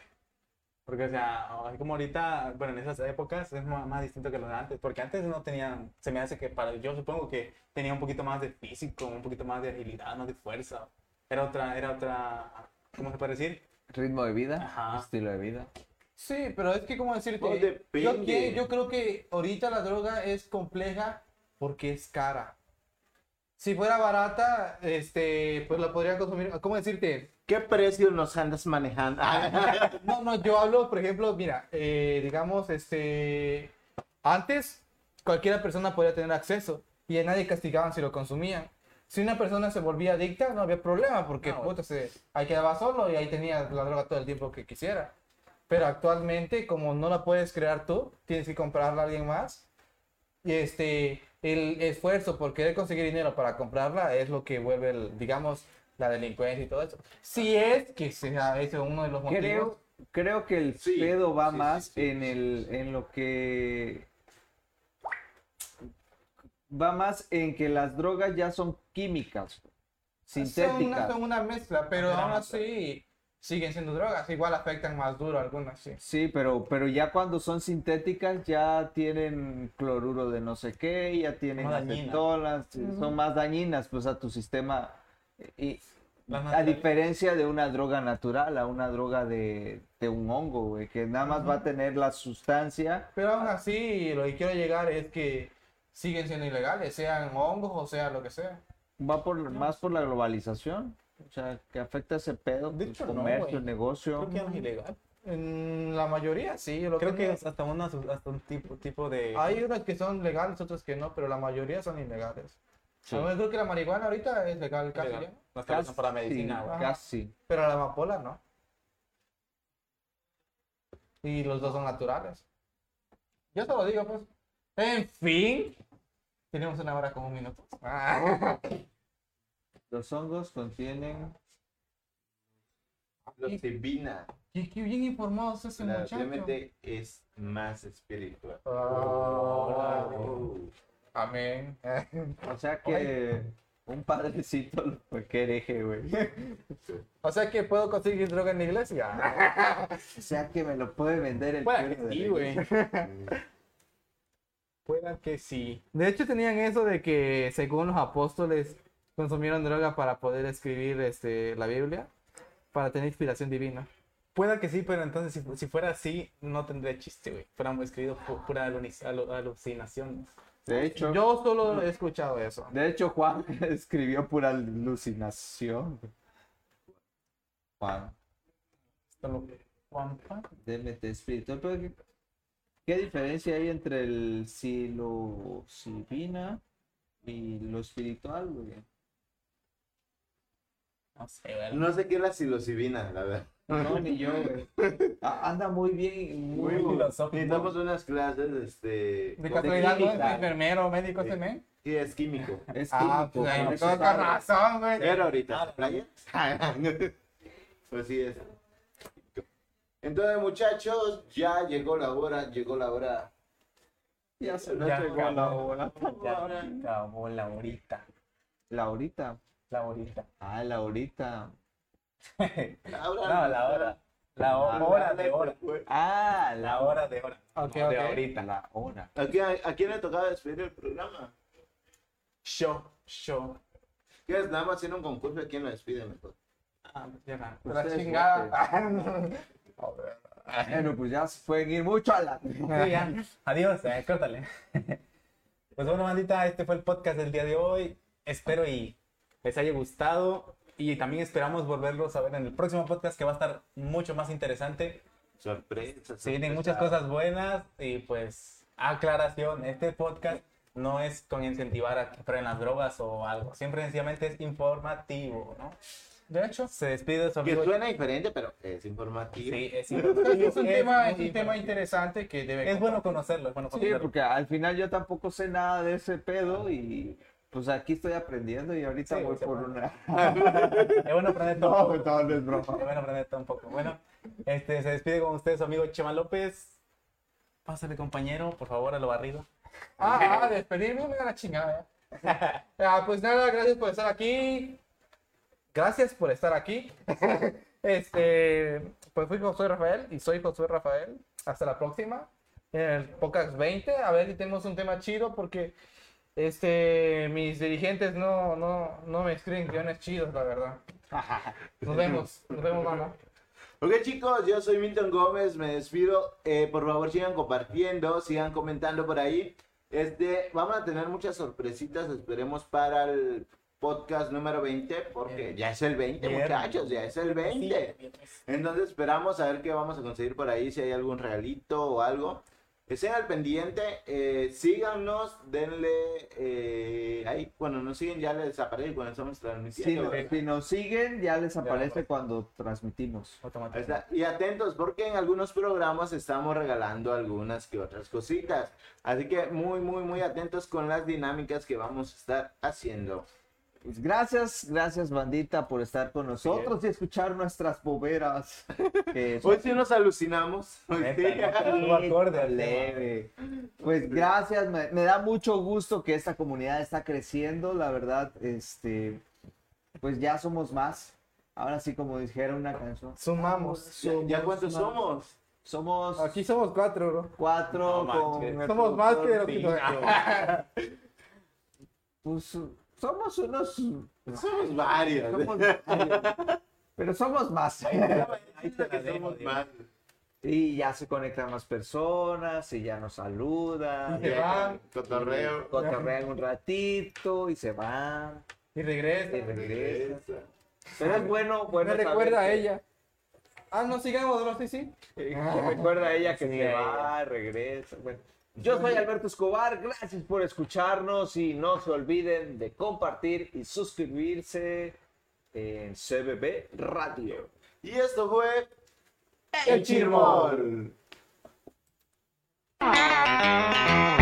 Porque, o sea, así como ahorita, bueno, en esas épocas es más, más distinto que los de antes. Porque antes no tenían, se me hace que para, yo supongo que tenía un poquito más de físico, un poquito más de agilidad, más de fuerza. Era otra, era otra, ¿cómo se puede decir? Ritmo de vida, Ajá. estilo de vida. Sí, pero es que como decirte, Pues depende. yo, que- yo creo que ahorita la droga es compleja porque es cara. Si fuera barata, este, pues la podría consumir. ¿Cómo decirte? ¿Qué precio nos andas manejando? No, no, yo hablo, por ejemplo, mira, eh, digamos, este, antes cualquiera persona podía tener acceso y a nadie castigaban si lo consumían. Si una persona se volvía adicta, no había problema porque puta, se, ahí quedaba solo y ahí tenía la droga todo el tiempo que quisiera. Pero actualmente, como no la puedes crear tú, tienes que comprarla a alguien más. Y este, el esfuerzo por querer conseguir dinero para comprarla es lo que vuelve, el, digamos, la delincuencia y todo eso. Si es que sea ese uno de los motivos. Creo, creo que el Sí, pedo va sí, más sí, sí, en el en lo que va más en que las drogas ya son químicas, Son una, sintéticas. son una mezcla, pero aún así siguen siendo drogas. Igual afectan más duro algunas, sí. Sí, pero pero ya cuando son sintéticas ya tienen cloruro de no sé qué, ya tienen Más dañinas. acetonas, eh, son más dañinas pues a tu sistema y Las a naturales. diferencia de una droga natural, a una droga de, de un hongo, güey, que nada más va a tener la sustancia Pero aún así, lo que quiero llegar es que siguen siendo ilegales, sean hongos o sea lo que sea. va por más por la globalización, o sea, que afecta ese pedo, De el hecho, no, comercio, güey. el negocio. Creo que no es ilegal. En la mayoría, sí. Lo Creo que no- es hasta, una, sus- hasta un tipo, tipo de... Hay unas que son legales, otras que no, pero la mayoría son ilegales. Yo creo que la marihuana ahorita es legal casi ¿eh? Legal. ya, No está Casi, para medicina, güey. güey. casi. pero la amapola no. Y los dos son naturales. Yo te lo digo, pues. En fin, tenemos una hora con un minuto. Los hongos contienen Psilocibina. Y qué bien informado es ese La muchacho. DMT es más espiritual. Ah, Amén. O sea que un padrecito lo fue que hereje, güey. O sea que puedo conseguir droga en la iglesia. O sea que me lo puede vender el Puede cura que de sí, la güey. iglesia. Pueda que sí. De hecho tenían eso de que según los apóstoles consumieron droga para poder escribir este, la Biblia, para tener inspiración divina. Pueda que sí, pero entonces si, fu- si fuera así, no tendría chiste, güey. Fuéramos escritos por pura alunis- alu- alucinación. De hecho, Yo solo he escuchado eso. de hecho Juan escribió pura alucinación. güey. Juan, Esto lo- Juanpa. DMT espiritual. Pero ¿qué, qué diferencia hay entre el psilocibina y lo espiritual, güey? No sé, güey. No sé qué es la psilocibina, la verdad. No, ni yo, güey. A- Anda muy bien, muy, filosófico. Necesitamos unas clases, este... De casualidad, ¿no? química. Enfermero, médico, Sí. ese men. Sí, es químico. Es Ah, químico, pues ahí no me se toca sabe. razón, güey. Era Ah, ahorita. ¿Playa? pues sí es. Entonces, muchachos, ya llegó la hora, llegó la hora. Ya se Ya acabó la hora. Ya acabó la horita. La horita. La horita. Ah, la horita. La hora. No, la hora. La ho- Ah, La hora de hora. Ah, La hora de hora. Ok, No, de ok. ahorita. La hora. ¿A quién, ¿A quién le tocaba despedir el programa? Show, show. ¿Quieres nada más haciendo un concurso a quién lo Pues, despide mejor? Ah, ya va. La Ustedes chingada. Bueno, pues ya se pueden ir mucho a la. Sí, ya. Ah, Adiós, eh, córtale. Pues bueno, bandita, este fue el podcast del día de hoy. Espero y les haya gustado. Y también esperamos volverlos a ver en el próximo podcast que va a estar mucho más interesante. Sorpresa. Se vienen sorpresa. muchas cosas buenas y pues aclaración, este podcast no es con incentivar a que prueben las drogas o algo. Siempre sencillamente es informativo, ¿no? De hecho, se despide de su Que amigo. suena diferente, pero es informativo. Sí, es informativo. Es un tema, muy es un tema interesante que debe. Es bueno conocerlo, es bueno Sí, conocerlo. porque al final yo tampoco sé nada de ese pedo y pues aquí estoy aprendiendo y ahorita Sí, voy se por puede. una. Es bueno aprender todo. No, un poco. no, no es Es broma. bueno aprender todo un poco. Bueno, este, se despide con ustedes su amigo Chema López. Pásale, compañero, por favor, a lo barrido. Ah, ah, despedirme me da la chingada. Ah, pues nada, gracias por estar aquí. Gracias por estar aquí. Este, pues fui Josué Rafael y soy Josué Rafael. Hasta la próxima. En el Podcast 20, a ver si tenemos un tema chido porque este, mis dirigentes no, no, no me escriben guiones chidos, la verdad. Nos vemos, nos vemos, mamá. Ok chicos, yo soy Milton Gómez, me despido. Eh, por favor sigan compartiendo, sigan comentando por ahí. Este, vamos a tener muchas sorpresitas, esperemos para el podcast número 20, porque Bien. ya es el 20 Bien. muchachos, ya es el 20. Entonces esperamos a ver qué vamos a conseguir por ahí, si hay algún regalito o algo. Estén al pendiente, eh, síganos, denle... eh, ahí, cuando nos siguen ya les aparece cuando estamos Si, transmitiendo. nos- si nos siguen, ya les aparece cuando transmitimos. Ahí está. Y atentos porque en algunos programas estamos regalando algunas que otras cositas. Así que muy, muy, muy atentos con las dinámicas que vamos a estar haciendo. Pues gracias, gracias bandita por estar con nosotros y escuchar nuestras boberas. que son Hoy sí nos alucinamos. Hoy sí. Neta, neta, estuvo acorde al tema. leve. Pues gracias, me, me da mucho gusto que esta comunidad está creciendo, la verdad, este, pues ya somos más. Ahora sí, como dijera una canción, Sumamos. Ya- ¿Ya cuántos somos? somos Aquí somos cuatro, bro. cuatro No con manches. el Somos más que productor, los que sí. Pues, somos unos, Somos varios. somos- pero somos más. Ahí te la dejo, Somos Diego. más. Y ya se conectan más personas y ya nos saludan. Se van. Cotorreo. Cotorrean un ratito y se van. Y y regresa. regresan. Pero es bueno, bueno. Me saber recuerda a que- ella. Ah, no sigamos, no, sí, sí. que recuerda a ella que Sí, se a va, regresa. Bueno, yo soy Alberto Escobar, gracias por escucharnos y no se olviden de compartir y suscribirse en CBB Radio. Y esto fue... El Chirmol. Chirmol.